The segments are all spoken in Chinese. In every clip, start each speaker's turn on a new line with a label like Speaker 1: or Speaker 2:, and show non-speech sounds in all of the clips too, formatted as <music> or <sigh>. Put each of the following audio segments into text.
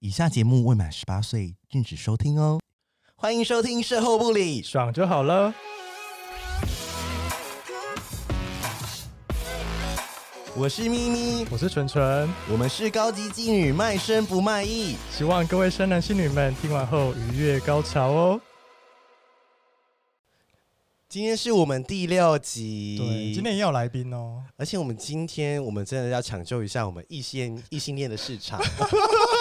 Speaker 1: 以下节目未满十八岁禁止收听哦。欢迎收听《售后不理》，
Speaker 2: 爽就好了。
Speaker 1: 我是咪咪，
Speaker 2: 我是纯纯，
Speaker 1: 我们是高级妓女，卖身不卖艺。
Speaker 2: 希望各位生男性女们听完后愉悦高潮哦。
Speaker 1: 今天是我们第六集，
Speaker 2: 对，今天也有来宾哦。
Speaker 1: 而且我们今天我们真的要抢救一下我们异性异性恋的市场， <laughs>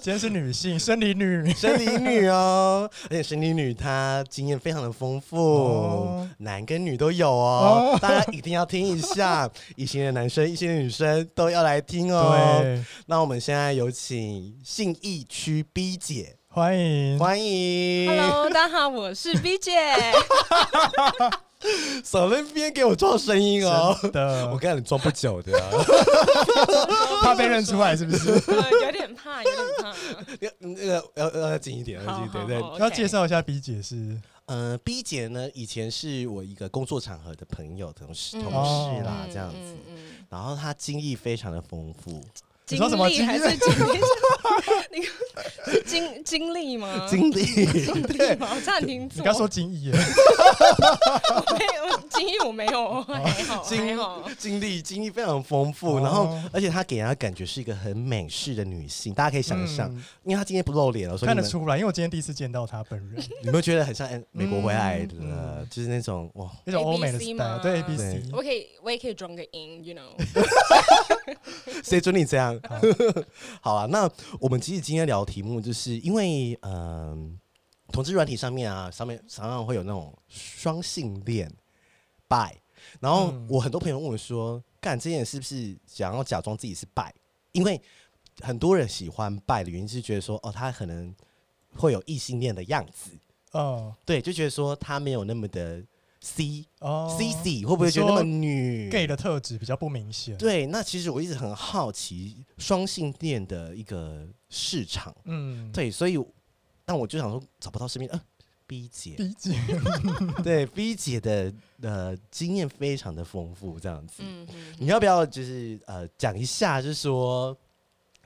Speaker 2: 今天是女性，生理女。
Speaker 1: 生理女哦，而且生理女她经验非常的丰富，
Speaker 2: 哦
Speaker 1: 男跟女都有哦，大家一定要听一下， <laughs> 异性恋男生、异性恋女生都要来听哦。
Speaker 2: <laughs> 对，
Speaker 1: 那我们现在有请信义区 B 姐，
Speaker 2: 欢迎。
Speaker 1: 欢迎。
Speaker 3: <laughs> Hello，大家好，我是 B 姐。
Speaker 1: 少在那边给我装声音哦，
Speaker 2: 真
Speaker 1: <laughs>
Speaker 2: 的，
Speaker 1: 我
Speaker 2: 我
Speaker 1: 看你装不久的、啊。
Speaker 2: <laughs> 怕被认出来是不是？
Speaker 3: 呃 <laughs> 有
Speaker 2: <laughs>
Speaker 3: 点怕，有点怕。
Speaker 1: 那那个要要要近一点，要近一点。对
Speaker 3: 好，好
Speaker 2: 要
Speaker 3: OK
Speaker 2: 介绍一下 B 姐是
Speaker 1: 呃，B 姐呢，以前是我一个工作场合的朋友、同事、
Speaker 3: 嗯
Speaker 1: 同事啦，
Speaker 3: 嗯
Speaker 1: 这样子
Speaker 3: 嗯。嗯
Speaker 1: 然后她经历非常的丰富，
Speaker 2: 你说什
Speaker 3: 经
Speaker 2: 么
Speaker 3: 历还是经
Speaker 2: <laughs>
Speaker 3: 历？你是经经历吗？
Speaker 1: 经
Speaker 3: <laughs>
Speaker 1: 历
Speaker 3: 经历吗？暂停
Speaker 2: 你
Speaker 3: 做。
Speaker 2: 刚说金毅耶， <laughs>
Speaker 3: 我没有经历，我没有，还好还好。
Speaker 1: 经历经历非常丰富，
Speaker 2: 哦
Speaker 1: 然后而且她给人家感觉是一个很美式的女性，大家可以想象，
Speaker 2: 嗯
Speaker 1: 因为她今天不露脸了，所以
Speaker 2: 看
Speaker 1: 你
Speaker 2: 得
Speaker 1: 们
Speaker 2: 出来，因为我今天第一次见到她本人，
Speaker 1: 你们觉得很像哎美国回来的，
Speaker 2: 嗯嗯
Speaker 1: 就是那种哇， <laughs>
Speaker 2: 那种欧美的
Speaker 3: ABC 吗
Speaker 2: style，对
Speaker 1: 对
Speaker 2: ABC。
Speaker 3: 我可以，我也可以装个音
Speaker 2: <laughs>
Speaker 3: ，you know。
Speaker 1: 谁准你这样
Speaker 2: 好？
Speaker 1: 好啊，那我们其实今天聊的题目，就是因为嗯、同志软体上面啊，上面常常会有那种双性恋 bi，然后
Speaker 2: 嗯
Speaker 1: 我很多朋友问我说，干这件是不是想要假装自己是 bi？因为很多人喜欢 bi 的原因是觉得说，哦，他可能会有异性恋的样子，
Speaker 2: 哦
Speaker 1: 对，就觉得说他没有那么的 C
Speaker 2: 哦
Speaker 1: C C，会不会觉得那么女
Speaker 2: gay 的特质比较不明显。
Speaker 1: 对，那其实我一直很好奇双性恋的一个市场，
Speaker 2: 嗯，
Speaker 1: 对，所以但我就想说找不到身边，呃，B 姐，
Speaker 2: B 姐，
Speaker 1: 对，B 姐的呃经验非常的丰富，这样子，
Speaker 3: 嗯，
Speaker 1: 你要不要就是呃讲一下，就是说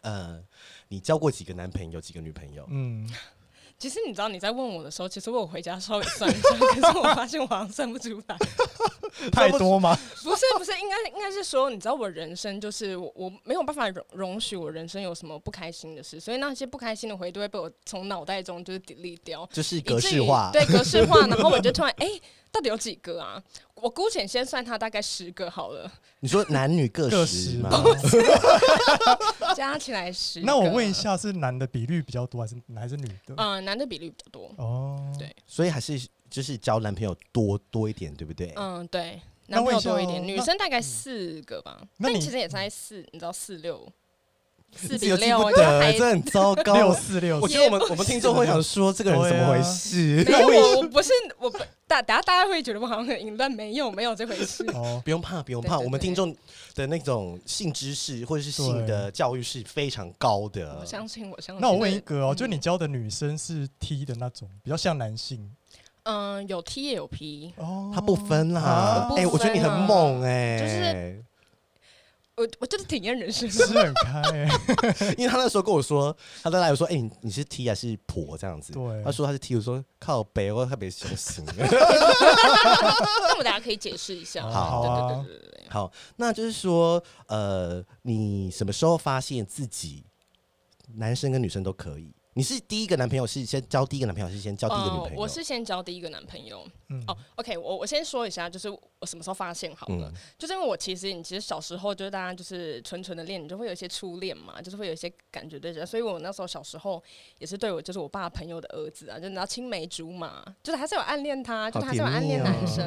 Speaker 1: 呃你交过几个男朋友，几个女朋友？
Speaker 2: 嗯，
Speaker 3: 其实你知道你在问我的时候，其实我有回家稍微算一下， <laughs> 可是我发现我好像算不出来。
Speaker 2: 太多吗？
Speaker 3: 不是不是，应该应该是说，你知道我人生就是我我没有办法容容许我人生有什么不开心的事，所以那些不开心的回忆都会被我从脑袋中就是 delete 掉，
Speaker 1: 就是
Speaker 3: 以
Speaker 1: 格
Speaker 3: 至
Speaker 1: 式
Speaker 3: 于
Speaker 1: 化，
Speaker 3: 对格式化，然 <laughs> 后我就突然哎、诶到底有几个啊？我姑且先算它大概十个好了，
Speaker 2: <laughs>
Speaker 1: 你说男女各
Speaker 2: 个
Speaker 1: 十
Speaker 2: 十
Speaker 1: 吗
Speaker 2: 吗？？
Speaker 3: 加起来十。
Speaker 2: 那我问一，下，是男的比率比较多，还是还是女的？
Speaker 3: 嗯、男的比例比较多，
Speaker 2: 哦，
Speaker 3: 对
Speaker 1: 所以还是就是交男朋友多多一点，对不对？
Speaker 3: 嗯、对，
Speaker 2: 那
Speaker 3: 男朋
Speaker 2: 问一
Speaker 3: 友
Speaker 2: 下
Speaker 3: 多一
Speaker 2: 哦
Speaker 3: 点，女
Speaker 2: 那
Speaker 3: 生大概四个吧，
Speaker 2: 那
Speaker 3: 但
Speaker 2: 你
Speaker 3: 其实也才四，你知道四六。四
Speaker 1: 你
Speaker 3: 比
Speaker 1: 有记
Speaker 3: 六，
Speaker 1: 不
Speaker 3: 你知道
Speaker 1: 得，
Speaker 3: 还
Speaker 1: 这很糟糕。
Speaker 2: 六四六
Speaker 1: 我
Speaker 2: 四
Speaker 1: 觉得我们我们听众会想说，这个人怎么回 <laughs> 事？
Speaker 3: 没有，我我不是我不大，大家大家会觉得我好像很淫乱，没有没有这回事。
Speaker 2: 哦，
Speaker 1: 不用怕，不用怕，
Speaker 3: 对对对
Speaker 1: 我们听众的那种性知识或者是性的教育是非常高的
Speaker 3: 我。相信，我相信。
Speaker 2: 那我问一个哦，就你
Speaker 3: 嗯
Speaker 2: 教的女生是 T 的那种，比较像男性
Speaker 3: 嗯，有 T 也有 P，
Speaker 2: 哦，
Speaker 1: 他不分啦
Speaker 3: 哦
Speaker 2: 啊，
Speaker 1: 哎，我觉得你很猛哎，
Speaker 3: 就是我我就是体验人生。
Speaker 2: 吃很开
Speaker 3: <laughs>
Speaker 2: 欸，
Speaker 1: 因为他那时候跟我说，他在那里说，哎，你你是 T 还是婆这样子？
Speaker 2: 对
Speaker 1: 他说他是 T，我说靠北，我特别相
Speaker 3: <laughs>
Speaker 1: 信。
Speaker 3: 那我大家可以解释一下。
Speaker 1: 好
Speaker 2: 啊
Speaker 3: 对对对对对。
Speaker 1: 好，那就是说，呃，你什么时候发现自己男生跟女生都可以？你是第一个男朋友是先交第一个男朋友，还是先交啊第一个女朋友？
Speaker 3: 呃哦我是先交第一个男朋友
Speaker 2: 嗯
Speaker 3: 哦。OK，我我先说一下，就是我什么时候发现好了，
Speaker 1: 嗯
Speaker 3: 就是因为我其实你其实小时候就是大家就是纯纯的恋，你就会有一些初恋嘛，就是会有一些感觉对着，所以我那时候小时候也是对我就是我爸朋友的儿子啊，就你知道青梅竹马，就是还是有暗恋他，就是还是有暗恋男生。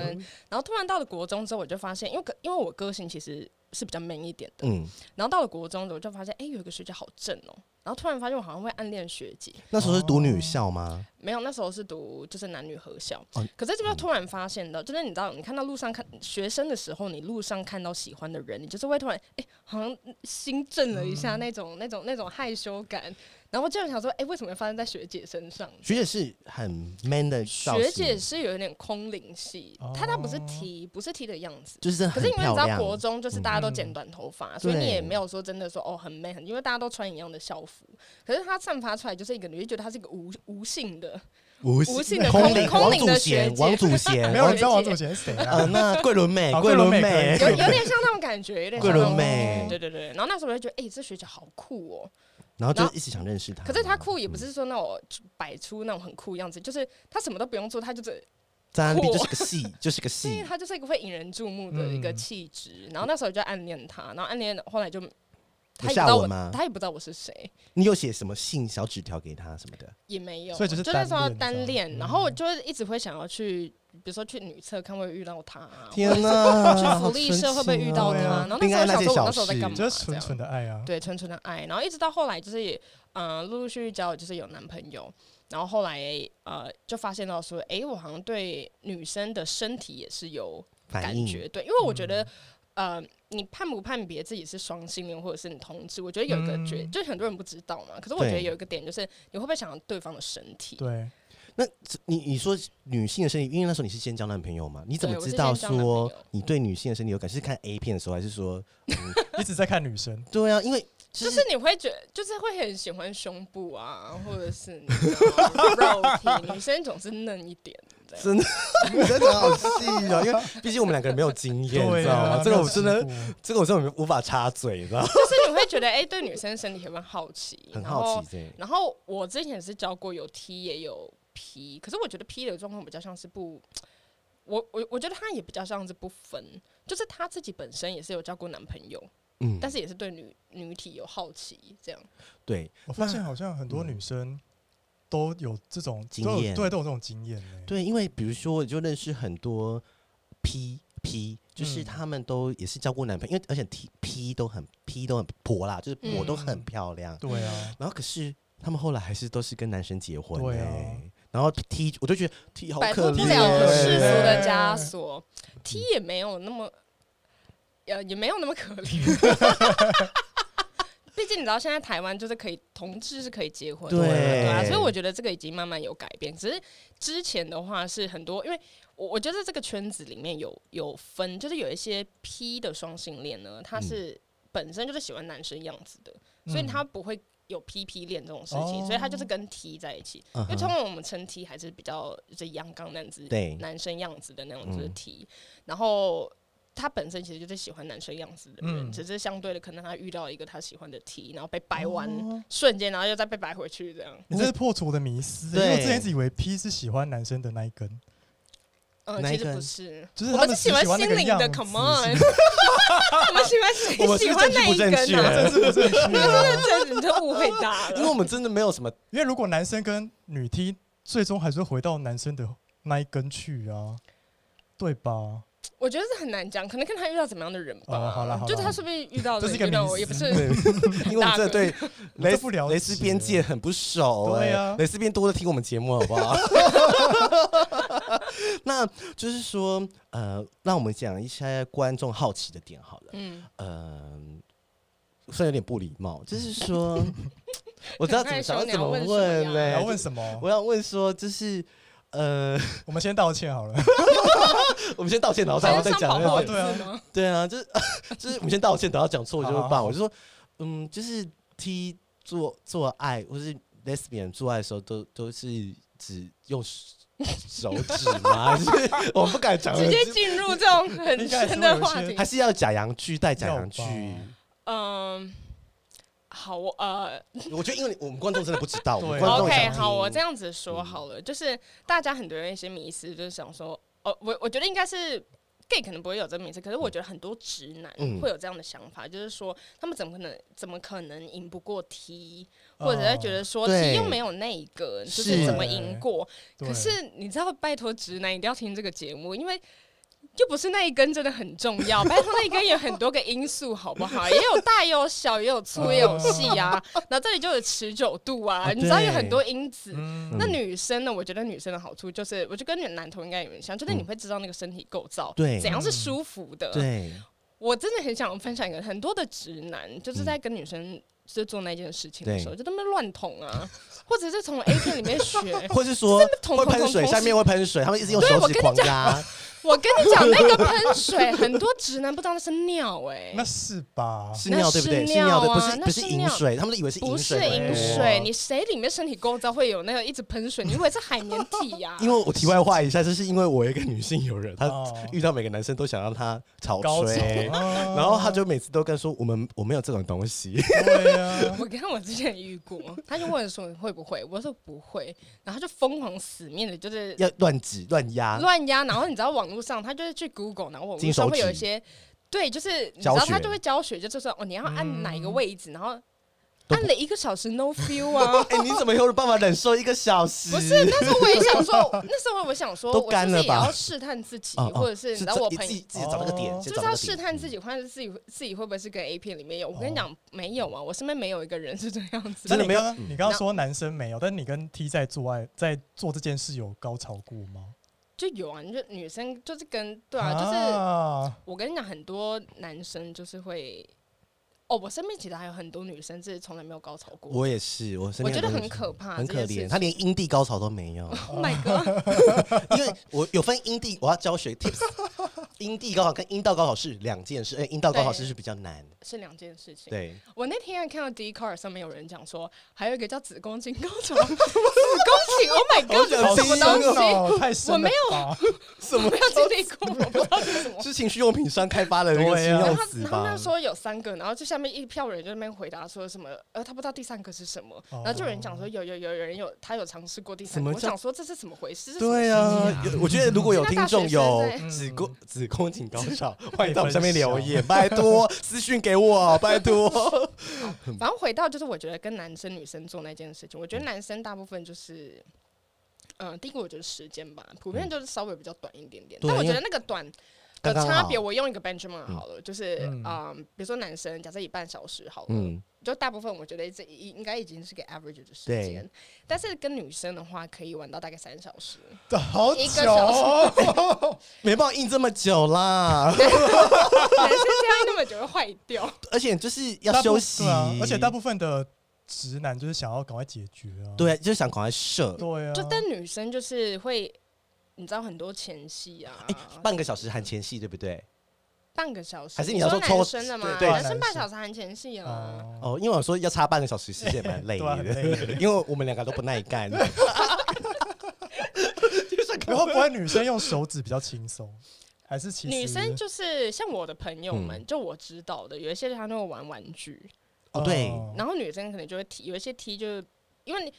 Speaker 3: 然后突然到了国中之后，我就发现，因为个因为我个性其实是比较 man 一点的，
Speaker 1: 嗯，
Speaker 3: 然后到了国中我就发现，哎、有一个学姐好正哦、然后突然发现我好像会暗恋学姐，
Speaker 1: 那时候是读女校吗？
Speaker 3: 没有，那时候是读就是男女合校，
Speaker 1: 哦
Speaker 3: 可是这边突然发现的，就是你知道，你看到路上看学生的时候，你路上看到喜欢
Speaker 1: 嗯
Speaker 3: 的人，你就是会突然哎、诶好像心震了一下那种、那种那种害羞感，然后我就想说，哎、为什么会发生在学姐身上？
Speaker 1: 学姐是很 man 的造型，
Speaker 3: 学姐是有一点空灵系，她她不是
Speaker 2: 哦
Speaker 3: 提，不是提的样子。
Speaker 1: 就是真的
Speaker 3: 可
Speaker 1: 很
Speaker 3: 是因为你
Speaker 1: 漂
Speaker 3: 知道
Speaker 1: 亮。
Speaker 3: 国中就是大家都剪
Speaker 2: 嗯
Speaker 3: 短头发，所以你
Speaker 1: 对
Speaker 3: 也没有说真的说哦很 man，很因为大家都穿一样的校服。可是她散发出来就是一个，你就觉得她是一个无无性的，
Speaker 1: 无
Speaker 3: 无性的
Speaker 1: 空
Speaker 3: 空
Speaker 1: 灵
Speaker 3: 空
Speaker 1: 王
Speaker 3: 灵
Speaker 1: 祖
Speaker 3: 的学
Speaker 1: 贤，
Speaker 3: 姐
Speaker 1: 王祖贤，
Speaker 2: 没有
Speaker 1: 王
Speaker 2: 人知道王
Speaker 3: 学姐
Speaker 2: 祖贤是谁啊
Speaker 1: 呃，？那桂纶镁，
Speaker 2: 哦
Speaker 1: 桂纶
Speaker 2: 桂纶镁
Speaker 1: 镁
Speaker 3: <laughs> 有有点像那种感觉，有点
Speaker 1: 桂
Speaker 3: 像那
Speaker 1: 纶
Speaker 3: 种。嗯
Speaker 1: 镁，
Speaker 3: 对对对，然后那时候我就觉得，哎、这学姐好酷哦、
Speaker 1: 然后就
Speaker 3: 然后
Speaker 1: 一直想认识她。
Speaker 3: 可是她酷也不
Speaker 1: 嗯
Speaker 3: 是说那种摆出那种很酷的样子，就是她什么都不用做，她就是
Speaker 1: 在那边
Speaker 3: 酷
Speaker 1: 就是个戏，就是个
Speaker 3: 所以
Speaker 1: 戏。
Speaker 3: 他就是一个会引人注目的一
Speaker 2: 嗯
Speaker 3: 个气质。然后那时候就暗恋他，然后暗恋后来就他也不知
Speaker 1: 下
Speaker 3: 道
Speaker 1: 文
Speaker 3: 我，
Speaker 1: 吗
Speaker 3: 他也不知道我是谁，
Speaker 1: 你有写什么信、小纸条给她什么的？
Speaker 3: 也没有，
Speaker 2: 所以就是
Speaker 3: 就那时
Speaker 2: 单
Speaker 3: 候
Speaker 2: 恋
Speaker 3: 单
Speaker 2: 这
Speaker 3: 恋，
Speaker 2: 样嗯
Speaker 3: 然后我就是一直会想要去，比如说去女厕看会不会遇到他啊，
Speaker 1: 天哪！
Speaker 3: 去
Speaker 1: 好
Speaker 3: 福利
Speaker 1: 纯
Speaker 3: 社会不会
Speaker 1: 情
Speaker 3: 遇到
Speaker 1: 哦
Speaker 3: 他？
Speaker 2: 对啊
Speaker 3: 然后那
Speaker 1: 恋
Speaker 3: 时
Speaker 1: 爱
Speaker 3: 候
Speaker 1: 那
Speaker 3: 想
Speaker 1: 些
Speaker 3: 说，我
Speaker 1: 小
Speaker 3: 那时候在
Speaker 1: 事
Speaker 3: 干嘛？
Speaker 2: 就是
Speaker 3: 嗯这
Speaker 2: 纯
Speaker 3: 样
Speaker 2: 纯的爱啊。
Speaker 3: 对纯纯的爱，然后一直到后来就是也，嗯、陆陆续续交，就是有男朋友，然后后来呃，就发现到说，诶，我好像对女生的身体也是有
Speaker 1: 反
Speaker 3: 感
Speaker 1: 应嗯
Speaker 3: 觉，对，因为我觉得，呃，你判不判别自己是双性恋或者是你同志，我觉得有一个觉，
Speaker 2: 嗯
Speaker 3: 就是很多人不知道嘛。可是我觉得
Speaker 1: 对
Speaker 3: 有一个点就是，你会不会想要对方的身体？
Speaker 2: 对，
Speaker 1: 那这你你说女性的身体，因为那时候你是先交男朋友嘛，你怎么
Speaker 3: 对我
Speaker 1: 知
Speaker 3: 是
Speaker 1: 道
Speaker 3: 先交男
Speaker 1: 说
Speaker 3: 朋友
Speaker 1: 你对女性的身体有感？是看 A 片的时候，还是说？
Speaker 2: 一直在看女生。
Speaker 1: 对啊，因为就
Speaker 3: 就是你会觉就是会很喜欢胸部啊，或者是你知
Speaker 1: <laughs>
Speaker 3: 道肉体，女生总是嫩一点。这样
Speaker 1: 真的，你真的好细哦，因为毕竟我们两个人没有经验，你
Speaker 2: <laughs> 对
Speaker 1: 知道
Speaker 2: 啊
Speaker 1: 吗？，这个
Speaker 2: 没有
Speaker 1: 我真
Speaker 2: 吃
Speaker 1: 的，
Speaker 2: 过
Speaker 1: 这个我真的无法插嘴，你知道吗？
Speaker 3: 就是你会觉得，哎、对女生身体有没有好奇？
Speaker 1: 很
Speaker 3: 然
Speaker 1: 好
Speaker 3: 后，
Speaker 1: 奇
Speaker 2: 哦
Speaker 1: 这。
Speaker 3: 然后我之前也是教过有 T 也有 P，可是我觉得 P 的状况比较像是不，我我我觉得他也比较像是不分，就是他自己本身也是有交过男朋友，
Speaker 1: 嗯，
Speaker 3: 但是也是对女女体有好奇这样。
Speaker 1: 对
Speaker 2: 我发现好像很多女生都有这种
Speaker 1: 嗯经
Speaker 2: 都有
Speaker 1: 验
Speaker 2: 对，都有这种经验欸呢。
Speaker 1: 对，因为比如说，我就认识很多 P P，就是
Speaker 2: 嗯
Speaker 1: 他们都也是交过男朋友，因为而且 T P 都很 P 都很婆啦，就是我都很
Speaker 2: 嗯
Speaker 1: 漂亮。
Speaker 2: 对啊，
Speaker 1: 然后可是他们后来还是都是跟男生结婚、欸，
Speaker 2: 对啊
Speaker 1: 然后 T 我就觉得 T 好
Speaker 3: 摆
Speaker 1: 可
Speaker 3: 脱
Speaker 1: 怜，
Speaker 3: 不了世俗的
Speaker 2: 啊对
Speaker 3: 枷锁。T 也没有那么，呃，也没有那么可怜。 <laughs> 毕竟你知道，现在台湾就是可以同志是可以结婚的，
Speaker 1: 对
Speaker 3: 对啊，所以我觉得这个已经慢慢有改变。只是之前的话是很多，因为我我觉得这个圈子里面有有分，就是有一些 P 的双性恋呢，他是本身就是喜欢男生样子的，所以
Speaker 2: 嗯
Speaker 3: 他不会有 PP 恋这种事
Speaker 2: 哦
Speaker 3: 情，所以他就是跟 T 在一起。
Speaker 1: 嗯
Speaker 3: 因为
Speaker 1: 哼
Speaker 3: 通常我们称 T 还是比较就是阳刚男子，
Speaker 1: 对
Speaker 3: 男生样子的那种就是
Speaker 1: 嗯
Speaker 3: T，、然后他本身其实就是喜欢男生样子的人，
Speaker 2: 嗯
Speaker 3: 只是相对的可能他遇到一个他喜欢的 T，然后被掰弯、
Speaker 1: 哦
Speaker 3: 瞬间，然后又再被掰回去这样。
Speaker 2: 你这是破除我的迷思，欸因
Speaker 1: 对
Speaker 2: 为我之前一直以为 P 是喜欢男生的那一根，
Speaker 3: 嗯，
Speaker 1: 哪一
Speaker 3: 其
Speaker 1: 个
Speaker 3: 实不是，
Speaker 2: 就是
Speaker 3: 我
Speaker 2: 他
Speaker 3: 们
Speaker 2: 们
Speaker 3: 是
Speaker 2: 只喜
Speaker 3: 喜欢
Speaker 2: 那
Speaker 3: 心
Speaker 2: 个
Speaker 3: 灵
Speaker 2: 样
Speaker 3: 的
Speaker 2: 子
Speaker 3: ，Come on，
Speaker 2: 是
Speaker 3: <laughs> 我们喜
Speaker 2: <laughs>
Speaker 3: 欢
Speaker 1: 我们是
Speaker 3: 谁喜
Speaker 1: 政
Speaker 3: 欢
Speaker 1: 治
Speaker 3: 哪
Speaker 1: 不
Speaker 3: 一
Speaker 1: 正
Speaker 3: 根
Speaker 1: 确
Speaker 3: 啊？
Speaker 2: 政治
Speaker 1: <laughs>
Speaker 2: 不正确啊。
Speaker 3: 这你就误会
Speaker 2: <laughs>
Speaker 3: 大
Speaker 1: 因为
Speaker 3: 了。
Speaker 1: 我们真的没有什么
Speaker 2: 因为如果男生跟女 T 最终还是会回到男生的那一根去啊，对吧？
Speaker 3: 我觉得是很难讲，可能看他遇到怎么样的人吧。
Speaker 2: 哦好啦好啦
Speaker 3: 就是他是不是遇到的
Speaker 2: 这是一个
Speaker 3: 遇到
Speaker 2: 迷
Speaker 3: 我也不
Speaker 2: 思
Speaker 3: 是
Speaker 1: 对，因为我们真的对蕾
Speaker 2: 这不了解
Speaker 1: 蕾丝边界很不熟、欸，
Speaker 2: 对啊
Speaker 1: 蕾丝边多的听我们节目好不好？ <laughs> 那就是说，呃，让我们讲一些观众好奇的点好了。
Speaker 3: 嗯，
Speaker 1: 嗯，虽然有点不礼貌，就是说，我知道怎么想
Speaker 3: 赶
Speaker 1: 要
Speaker 3: 快说你
Speaker 1: 怎
Speaker 3: 要
Speaker 1: 么
Speaker 3: 问什么
Speaker 1: 问嘞、
Speaker 3: 呀
Speaker 2: 你
Speaker 3: 哎
Speaker 2: 要问什么？
Speaker 1: 我要问说，就是呃，
Speaker 2: 我们先道歉好
Speaker 3: <laughs>
Speaker 2: 了。
Speaker 1: 我们先道歉，然后
Speaker 3: 好
Speaker 1: 再
Speaker 3: 像
Speaker 1: 再
Speaker 3: 上
Speaker 1: 讲
Speaker 3: 保
Speaker 1: 那
Speaker 3: 护
Speaker 1: 个
Speaker 2: 对啊
Speaker 3: 字吗？
Speaker 1: 对啊，就是就是我们先道歉，等到讲错就
Speaker 2: 好
Speaker 1: 会
Speaker 2: 好
Speaker 1: 罢。
Speaker 2: 好
Speaker 1: 我就说，嗯，就是 T 做做爱或是 lesbian 做爱的时候，都都是只用手手指吗？还是我不敢讲了，
Speaker 3: 直接
Speaker 1: 就
Speaker 3: 进入这种很深的话
Speaker 2: 应
Speaker 3: 题
Speaker 1: 还。是要假洋剧带假洋剧？
Speaker 3: 嗯，好，我呃
Speaker 1: 我觉得因为我们观众真的不知道，我们
Speaker 2: 对
Speaker 1: 观众
Speaker 3: ，OK，
Speaker 1: 想
Speaker 3: 好，
Speaker 1: 听嗯
Speaker 3: 我这样子说好了，就是大家很多人有一些迷思，就是想说，哦，我我觉得应该是 gay 可能不会有这个迷思，可是我觉得很多直男
Speaker 1: 嗯
Speaker 3: 会有这样的想法，就是说他们怎么可能怎么可能赢不过 T，或
Speaker 1: 哦
Speaker 3: 者是觉得说
Speaker 1: 对
Speaker 3: T 又没有那一个，就是是怎么赢过？
Speaker 2: 对
Speaker 3: 可是你知道，拜托直男一定要听这个节目，因为。就不是那一根真的很重
Speaker 1: <laughs>
Speaker 3: 要，拜托那一根也有很多个因素，好不好？ <laughs> 也有大，也有小，也有粗，也有细啊。然后这里就有持久度啊，
Speaker 1: 啊
Speaker 3: 你知道
Speaker 1: 对
Speaker 3: 有很多因子。
Speaker 2: 嗯
Speaker 3: 那女生呢？我觉得女生的好处就是，我就跟男同应该有点像，就是你会知道那个身体构造，
Speaker 1: 嗯对
Speaker 3: 怎样是舒服的。
Speaker 1: 对，
Speaker 3: 我真的很想分享一个很多的直男，就是在跟女生就做那件事情的
Speaker 1: 嗯对。
Speaker 3: 时候，就他们乱捅啊，或者是从 A 片里面学
Speaker 1: <laughs> 或是说
Speaker 3: 就是捅
Speaker 1: 会
Speaker 3: 捅
Speaker 1: 喷
Speaker 3: 捅
Speaker 1: 水，
Speaker 3: 捅
Speaker 1: 下面会喷水，他们一直用
Speaker 3: 对
Speaker 1: 手
Speaker 3: 我
Speaker 1: 指
Speaker 3: 跟你
Speaker 1: 狂
Speaker 3: 讲
Speaker 1: 压，
Speaker 3: 我跟你讲，那个喷水，很多直男不知道那是尿哎、
Speaker 2: 那是吧？
Speaker 1: 是
Speaker 3: 那
Speaker 1: 尿对不
Speaker 3: 是
Speaker 1: 对？是
Speaker 3: 尿
Speaker 1: 尿的，不
Speaker 3: 啊
Speaker 1: 是
Speaker 3: 那
Speaker 1: 不
Speaker 3: 是
Speaker 1: 饮
Speaker 3: 尿
Speaker 1: 水，他们以为是
Speaker 3: 不
Speaker 1: 饮
Speaker 3: 是
Speaker 1: 水哦会
Speaker 3: 饮
Speaker 1: 多
Speaker 3: 水，你谁里面身体构造会有那个一直喷水？你以为是海绵体呀、
Speaker 1: 因为我题外话一下，就是因为我有一个女性友人，她
Speaker 2: 哦
Speaker 1: 遇到每个男生都想让她草
Speaker 2: 高潮
Speaker 1: 吹，
Speaker 2: 啊
Speaker 1: <laughs> 然后她就每次都跟说我们我没有这种东西， <laughs>
Speaker 2: 对啊呀，
Speaker 3: 我跟我之前遇过，他就问说你会不会，我说不会，然后他就疯狂死命的，就是
Speaker 1: 要乱挤乱压，
Speaker 3: 乱压。然后你知道网络上，他就是去 Google，然后网
Speaker 1: 金
Speaker 3: 络
Speaker 1: 手
Speaker 3: 上会有一
Speaker 1: 指
Speaker 3: 些，对，就是你知
Speaker 1: 教
Speaker 3: 道
Speaker 1: 学
Speaker 3: 他就会教学，就是说哦，你要按哪一个
Speaker 2: 嗯
Speaker 3: 位置，然后
Speaker 1: 都不
Speaker 3: 按了一个小时 no feel 啊。
Speaker 1: 哎，你怎么有办法忍受一个小时？
Speaker 3: 不是，那时候我也想说，那时候我想
Speaker 1: <laughs>
Speaker 3: 说，
Speaker 1: 都
Speaker 3: 我
Speaker 1: 干
Speaker 3: 是不
Speaker 1: 了
Speaker 3: 是也
Speaker 1: 吧
Speaker 3: 要试探自己，
Speaker 1: 哦哦
Speaker 3: 或者是你知道
Speaker 1: 这
Speaker 3: 我
Speaker 1: 你
Speaker 3: 朋
Speaker 1: 自己
Speaker 3: 友。
Speaker 1: 自己找那个点，
Speaker 2: 哦
Speaker 1: 先找
Speaker 3: 就是
Speaker 1: 那
Speaker 3: 要
Speaker 1: 个
Speaker 3: 试
Speaker 1: 点
Speaker 3: 探
Speaker 1: 嗯
Speaker 3: 自己，或者是自己自己会不会是跟 A 片里面有？我跟
Speaker 2: 哦
Speaker 3: 你讲，没有啊，我身边没有一个人是这样子
Speaker 1: 真的
Speaker 2: 那
Speaker 3: 的。
Speaker 2: 你
Speaker 1: 没有
Speaker 2: 刚
Speaker 1: 嗯
Speaker 2: 你刚刚说男生没有，但你跟 T 在做爱，在做这件事有高潮过吗？
Speaker 3: 就有啊，你就女生就是跟对
Speaker 2: 对
Speaker 3: 啊，就是
Speaker 2: 是
Speaker 3: 我跟你讲，很多男生就是会，哦，我身边其实还有很多女生是从来没有高潮过，
Speaker 1: 我也是，我身
Speaker 3: 我
Speaker 1: 边
Speaker 3: 觉得
Speaker 1: 多
Speaker 3: 很
Speaker 1: 女生
Speaker 3: 可怕，
Speaker 1: 很
Speaker 3: 这
Speaker 1: 可
Speaker 3: 件事
Speaker 1: 怜，<laughs>
Speaker 3: 情
Speaker 1: 他连阴蒂高潮都没
Speaker 3: <laughs>
Speaker 1: 有，
Speaker 3: Oh my god，
Speaker 1: 因为我有分阴蒂，我要教学
Speaker 3: <laughs>
Speaker 1: tips，阴蒂高潮跟阴道高潮是两件事，哎，阴道高潮是
Speaker 3: 对
Speaker 1: 是比较难，
Speaker 3: 是两件事情。
Speaker 1: 对，
Speaker 3: 我那天还啊看到 d c a r 上面有人讲说，还有一个叫子宫颈高潮，
Speaker 1: <laughs>
Speaker 3: 子宫颈，Oh my
Speaker 1: 好
Speaker 3: god，这
Speaker 1: 想
Speaker 3: 是什么
Speaker 1: 听哦
Speaker 3: 东西？
Speaker 2: 太深了
Speaker 3: 我没
Speaker 2: 吧
Speaker 1: 什
Speaker 3: 我没有经历过，我不知道这是什么。
Speaker 1: 是情趣用品商开发的那个
Speaker 2: 对
Speaker 1: 新
Speaker 2: 啊
Speaker 1: 用
Speaker 3: 他
Speaker 1: 词
Speaker 3: 他们
Speaker 1: 吧
Speaker 3: 那？时候有三个，然后就下面一票人就在那边回答说什么，呃，他不知道第三个是什么，
Speaker 2: 哦
Speaker 3: 然后就有人讲说有有有有人有他有尝试过第三
Speaker 1: 什
Speaker 3: 个，
Speaker 1: 么
Speaker 3: 我
Speaker 1: 叫
Speaker 3: 想说这是怎么回事？这是什么
Speaker 1: 对
Speaker 3: 心
Speaker 1: 啊
Speaker 3: 理，
Speaker 1: 有我觉得如果有
Speaker 3: 现在
Speaker 1: 听
Speaker 3: 大
Speaker 1: 众
Speaker 3: 学
Speaker 1: 有
Speaker 3: 生
Speaker 1: 子 <laughs>
Speaker 2: 嗯
Speaker 1: 宫子宫颈高潮，欢迎到我们
Speaker 2: 可以分
Speaker 1: 下面留
Speaker 2: 享
Speaker 1: 言，拜托私讯给我，拜托。
Speaker 3: 反正回到就是我觉得跟男生女生做那件事情，我
Speaker 1: 嗯
Speaker 3: 觉得男生大部分就是。嗯，第一个我觉得时间吧，普遍就是稍微比较短一点点，
Speaker 1: 嗯对啊
Speaker 3: 但我
Speaker 1: 因
Speaker 3: 觉
Speaker 1: 为
Speaker 3: 得那个短
Speaker 1: 刚
Speaker 3: 的
Speaker 1: 刚
Speaker 3: 差
Speaker 1: 好
Speaker 3: 别，我用一个 benchmark 好了，就是
Speaker 2: 嗯
Speaker 3: 嗯、比如说男生假设一半小时好了，
Speaker 1: 嗯，
Speaker 3: 就大部分我觉得这一应该已经是个 average 的时
Speaker 1: 对
Speaker 3: 间，但是跟女生的话可以玩到大概三小时，
Speaker 2: <laughs> 好
Speaker 3: 一个
Speaker 2: 久
Speaker 3: 小
Speaker 2: 哦，
Speaker 1: 没办法硬这么久啦，
Speaker 3: 男生这样那么久会坏
Speaker 1: <laughs>
Speaker 3: 掉。
Speaker 1: 而且就是
Speaker 2: 大
Speaker 1: 要
Speaker 2: 部
Speaker 1: 休息
Speaker 2: 对啊，而且大部分的直男就是想要赶快解决啊，
Speaker 1: 对，就想赶快射，
Speaker 2: 对啊，
Speaker 3: 就但女生就是会，你知道很多前
Speaker 1: <laughs>
Speaker 3: 戏啊，
Speaker 1: 哎半个小时含前戏，对不对？
Speaker 3: 半个小时，
Speaker 1: 还是你
Speaker 3: 你
Speaker 1: 要说
Speaker 3: 说
Speaker 1: 抽
Speaker 3: 男生的吗？
Speaker 1: 对对
Speaker 3: 男生
Speaker 2: 男
Speaker 3: 半
Speaker 2: 生
Speaker 3: 小时含前戏啊。 <laughs>
Speaker 2: 哦，
Speaker 1: 哦，因为我说要插半个小时，其实也蛮累
Speaker 2: 对啊
Speaker 1: 的
Speaker 2: 很，
Speaker 1: <laughs>
Speaker 2: 累
Speaker 1: 因为我们两个都不耐干。就是
Speaker 2: 然后不会女生用手指比较轻松，还是其实
Speaker 3: 女生就是像我的朋友们，
Speaker 1: 嗯
Speaker 3: 就我知道的，有一些她都会玩玩具，
Speaker 1: 哦，对，
Speaker 2: 嗯
Speaker 3: 然后女生可能就会踢，有一些踢就是因为你，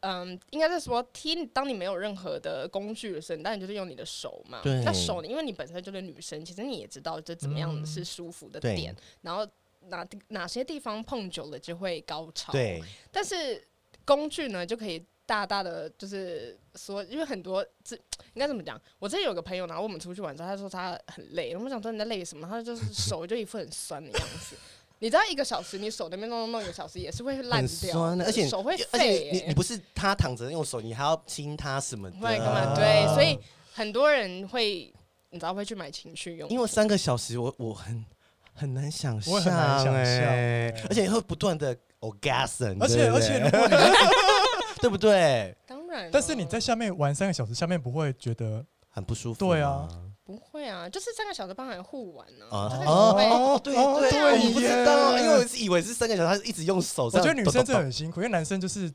Speaker 3: 嗯，应该是说踢，当你没有任何的工具的时候，但你就是用你的手嘛。
Speaker 1: 对
Speaker 3: 那手，因为你本身就是女生，其实你也知道这怎么样
Speaker 1: 嗯
Speaker 3: 是舒服的
Speaker 1: 对
Speaker 3: 点，然后哪哪些地方碰久了就会高潮。
Speaker 1: 对，
Speaker 3: 但是工具呢就可以大大的就是说，因为很多这应该怎么讲？我之前有个朋友，然后我们出去玩的时候，他说他很累，我们想说你在累什么？他就是手就一副很酸的样子。 <laughs> 你知道一个小时，你手那边弄弄弄一个小时也是会烂
Speaker 1: 很
Speaker 3: 掉的，
Speaker 1: 酸啊的，而且
Speaker 3: 手会
Speaker 1: 而且
Speaker 3: 废、
Speaker 1: 你你
Speaker 3: 欸，
Speaker 1: 不是他躺着用手，你还要亲他什么的，
Speaker 3: 会干嘛？
Speaker 2: 啊
Speaker 3: 对，所以很多人会，你知道会去买情趣用品，
Speaker 1: 因为三个小时我，我很很难想象、欸，
Speaker 2: 我也很难想象欸
Speaker 1: 而且会不断的 orgasm，
Speaker 2: 而且
Speaker 1: 对不
Speaker 2: 而
Speaker 1: 对
Speaker 2: 且如果你，
Speaker 1: 对不对？
Speaker 3: 当然啊、
Speaker 2: 但是你在下面玩三个小时，下面不会觉得
Speaker 1: 很不舒服。
Speaker 2: 对啊，
Speaker 3: 不会啊，就是三个小时包含互玩呢、
Speaker 1: 啊
Speaker 3: 就是你
Speaker 1: 哦
Speaker 3: 会
Speaker 2: 哦
Speaker 1: 对
Speaker 2: 哦
Speaker 1: 对啊，我不知
Speaker 2: 耶
Speaker 1: 道，因为我是以为是三个小时，他一直用手这
Speaker 2: 我
Speaker 1: 样抖抖抖。
Speaker 2: 觉得女生真的很辛苦，因为男生就是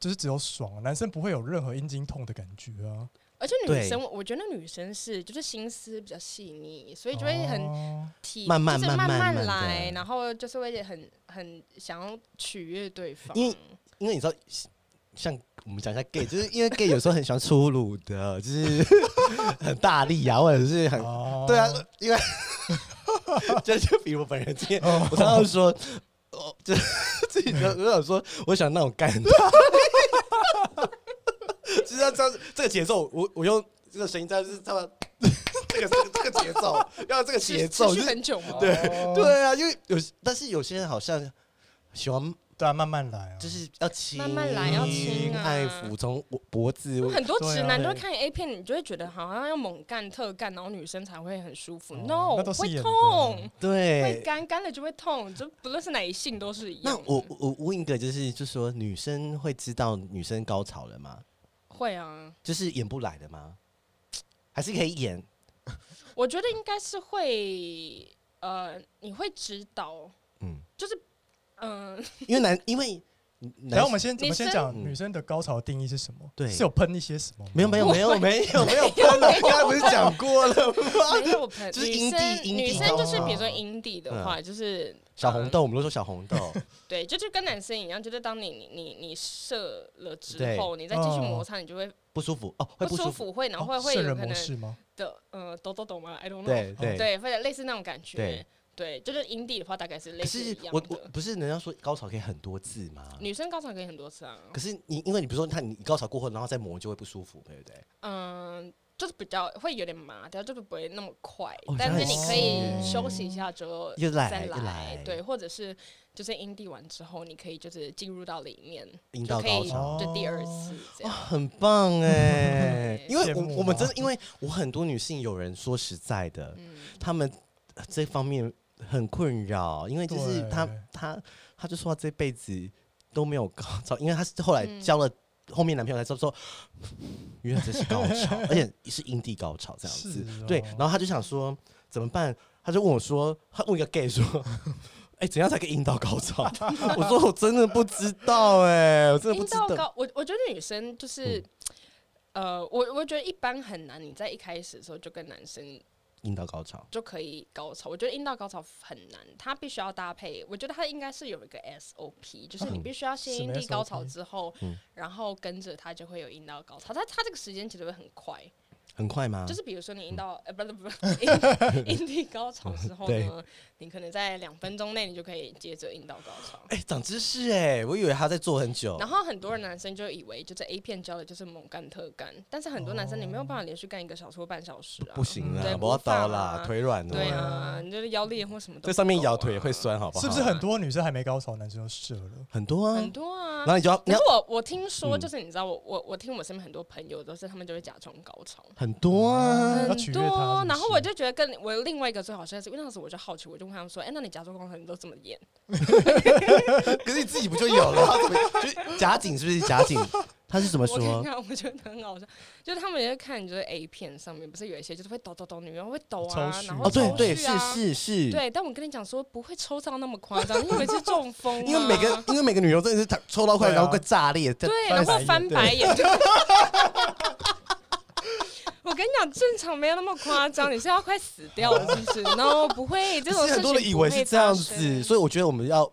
Speaker 2: 就是只有爽，啊男生不会有任何阴茎痛的感觉啊，
Speaker 3: 而且女
Speaker 1: 对
Speaker 3: 生，我觉得女生是就是心思比较细腻，所以就会很
Speaker 2: 哦
Speaker 3: 体
Speaker 1: 慢慢
Speaker 3: 就是
Speaker 1: 慢慢
Speaker 3: 慢
Speaker 1: 慢
Speaker 3: 来
Speaker 1: 地，
Speaker 3: 然后就是会很很想要取悦对方。
Speaker 1: 因为因为你知道，像我们讲一下 gay，就是因为 gay 有时候很喜欢粗鲁的，就是 <laughs> 很大力啊，或者是很
Speaker 2: 哦
Speaker 1: <laughs> 对啊，因为就就比如我本人今天，我常常说，哦，就自己就我想说，我想那种干他， <laughs> 就是要这样这个节奏，我我用这个声音，这样就是他们这个这个这个节奏，要这个
Speaker 3: 持
Speaker 1: 节奏，就
Speaker 3: 持续
Speaker 1: 是
Speaker 3: 很久吗？
Speaker 1: 对对啊，因为有但是有些人好像喜欢
Speaker 2: 对啊，慢慢来啊。
Speaker 1: 就是要亲，
Speaker 3: 慢慢来要亲啊
Speaker 1: 爱抚从我脖子
Speaker 3: <laughs> 很多直男
Speaker 2: 对
Speaker 3: 都
Speaker 2: 啊
Speaker 3: 会看 A 片，你就会觉得好像要猛干特干，然后女生才会很舒服。
Speaker 2: 哦
Speaker 3: no，
Speaker 2: 那都是
Speaker 3: 会
Speaker 2: 演的
Speaker 3: 痛，会
Speaker 1: 对。
Speaker 3: 干，干了就会痛，就不论是哪一性都是一
Speaker 1: 那
Speaker 3: 样。
Speaker 1: 我我我问一个，就是就说女生会知道女生高潮了吗？
Speaker 3: 会啊，
Speaker 1: 就是演不来的吗？还是可以演？
Speaker 3: 我觉得应该是会，呃，你会知道，
Speaker 1: 嗯，
Speaker 3: 嗯、
Speaker 1: 因为男，因为男
Speaker 2: 然后我们先我们先讲
Speaker 1: 女生
Speaker 2: 女生的高潮定义是什么？
Speaker 1: 对
Speaker 2: 是有喷一些什么吗？
Speaker 1: 没有没有没有没
Speaker 3: <laughs>
Speaker 1: 有没有喷了，刚才不是讲过了 <laughs> 吗？
Speaker 3: 没有朋
Speaker 1: 就是哦
Speaker 3: 女
Speaker 1: 阴
Speaker 3: 生
Speaker 1: 蒂阴蒂
Speaker 3: 女生就是
Speaker 1: 高潮
Speaker 3: 比如说阴蒂的话，就是
Speaker 1: 嗯小红，豆，我们都说小红豆，
Speaker 3: 呃对，就就跟男生一样，就是当你你你你射了之
Speaker 1: 对
Speaker 3: 后，你再继续
Speaker 2: 哦
Speaker 3: 摩擦，你就会
Speaker 1: 不舒服哦，会不
Speaker 3: 舒
Speaker 1: 服，
Speaker 3: 服，会然后会
Speaker 2: 哦
Speaker 3: 会
Speaker 2: 圣
Speaker 3: 有
Speaker 2: 人
Speaker 3: 可
Speaker 2: 模
Speaker 3: 能
Speaker 2: 式吗？
Speaker 3: 的呃抖抖抖嘛，I don't know，
Speaker 1: 对对
Speaker 3: 哦对，或者类似那种感觉
Speaker 1: 对，
Speaker 3: 对，就是阴蒂的话大概是类
Speaker 1: 可
Speaker 3: 似
Speaker 1: 是
Speaker 3: 一样
Speaker 1: 我我
Speaker 3: 的。
Speaker 1: 不是人家说高潮可以很多次吗？
Speaker 3: 女生高潮可以很多次啊，
Speaker 1: 可是你因为你比如说他你高潮过后，然后再磨就会不舒服，对不对？
Speaker 3: 嗯，就是比较会有点麻掉，就是不会那么快
Speaker 1: 哦，
Speaker 3: 但是你可以
Speaker 1: 原来是
Speaker 3: 休息一下之后
Speaker 1: 又来
Speaker 3: 再
Speaker 1: 又哎来
Speaker 3: 对，或者是就是阴蒂完之后，你可以就是进入到里面，
Speaker 1: 阴
Speaker 3: 就
Speaker 1: 道
Speaker 3: 可
Speaker 1: 高
Speaker 3: 以
Speaker 1: 潮哦
Speaker 2: 哦
Speaker 3: 就第二次这样。
Speaker 1: 很棒哎
Speaker 2: <laughs>
Speaker 3: 对，
Speaker 1: 因为
Speaker 2: 羡
Speaker 1: 我
Speaker 2: 慕
Speaker 1: 我们
Speaker 2: 啊
Speaker 1: 真的因为我很多女性友人说实在的，
Speaker 3: 嗯，
Speaker 1: 他们呃这方面很困扰，因为就是
Speaker 2: 对
Speaker 1: 他他他就说他这辈子都没有高潮，因为他是后来交了后面男朋友才知道说， <laughs> 原来这是高
Speaker 2: <laughs>
Speaker 1: 潮，而且是阴蒂高潮这样子。
Speaker 2: 是哦
Speaker 1: 对，然后他就想说怎么办？他就问我说，他问一个 gay 说。 <laughs> 哎、怎样才可以阴道高潮？ <laughs> 我说我真的不知道哎、我真的不
Speaker 3: 阴
Speaker 1: 知
Speaker 3: 道
Speaker 1: 道。嗯
Speaker 3: 高，我我觉得女生就是。呃，我我觉得一般很难，你在一开始的时候就跟男生
Speaker 1: 阴道高潮，
Speaker 3: 就可以高潮。我觉得阴道高潮很难，它必须要搭配。我觉得它应该是有一个 SOP，就是你
Speaker 1: 嗯
Speaker 3: 必须要先
Speaker 2: 什么
Speaker 3: 阴蒂高
Speaker 2: SOP
Speaker 3: 潮之后，
Speaker 1: 嗯
Speaker 3: 然后跟着它就会有阴道高潮。它它这个时间其实会很快，
Speaker 1: 很快吗？
Speaker 3: 就是比如说
Speaker 1: 嗯
Speaker 3: 你阴道呃不
Speaker 1: <laughs>
Speaker 3: 是不是阴阴蒂高潮之后
Speaker 1: 哦对
Speaker 3: 呢，你可能在两分钟内你就可以接着阴道高潮。
Speaker 1: 哎、长知识哎、我以为他在做很久
Speaker 3: 然。后很多人男生就以为就是 A 片教的就是猛干特干，但是很多男生你没有办法连续干一个小时或半小时啊，
Speaker 1: 哦不行
Speaker 3: 对
Speaker 1: 啦，
Speaker 3: 不
Speaker 1: 我要
Speaker 3: 放
Speaker 1: 倒
Speaker 3: 啊
Speaker 1: 啦，腿软了。
Speaker 3: 对啊，你就是腰裂或什么都
Speaker 1: 在上面
Speaker 3: 不够啊
Speaker 1: 摇腿会酸，好不好？
Speaker 2: 是不是很多女生还没高潮，男生就射了？
Speaker 1: 很多啊
Speaker 3: 很？多啊
Speaker 1: 然？后你就要，你
Speaker 3: 可
Speaker 1: 要
Speaker 3: 是我我听说
Speaker 1: 嗯
Speaker 3: 就是你知道我我我听我身边很多朋友都是他们就会假装高潮。
Speaker 1: 很多啊，
Speaker 2: 要
Speaker 3: 很
Speaker 2: 取悦他
Speaker 3: 多
Speaker 2: 是，不
Speaker 3: 然后
Speaker 2: 是
Speaker 3: 我就觉得跟我另外一个最好笑的是，因为那时候我就好奇，我就问他们说：“哎、那你假装高潮你都怎么演？”
Speaker 1: 可是你自己不就有了？他怎么就是假警是不是假警？他是怎么
Speaker 3: 我看
Speaker 1: 说？
Speaker 3: 看， <laughs> 我觉得很好笑，就是他们也会看，就是 A 片上面不是有一些就是会抖抖抖，女人会抖啊
Speaker 2: 抽，蓄
Speaker 3: 然后
Speaker 1: 哦，对
Speaker 3: 抽
Speaker 1: 对
Speaker 3: 蓄
Speaker 1: 是
Speaker 3: 啊
Speaker 1: 是是，
Speaker 3: 对，但我跟你讲说不会抽到那么夸张，你以为是中风吗？啊
Speaker 1: 因为每个因为每个女优真的是她抽到快，
Speaker 2: 对啊
Speaker 1: 然后快炸裂，这
Speaker 3: 嗯
Speaker 2: 翻
Speaker 3: 对，然后
Speaker 2: 白眼
Speaker 3: 翻
Speaker 2: 对
Speaker 3: 白眼。 <laughs> 我跟你讲，正常没有那么夸张，你是要快死掉了是不是？No，不会，这
Speaker 1: 可是
Speaker 3: 种事
Speaker 1: 很
Speaker 3: 情
Speaker 1: 多人以为
Speaker 3: 不
Speaker 1: 是
Speaker 3: 会
Speaker 1: 这样
Speaker 3: 发生
Speaker 1: 子，所以我觉得我们要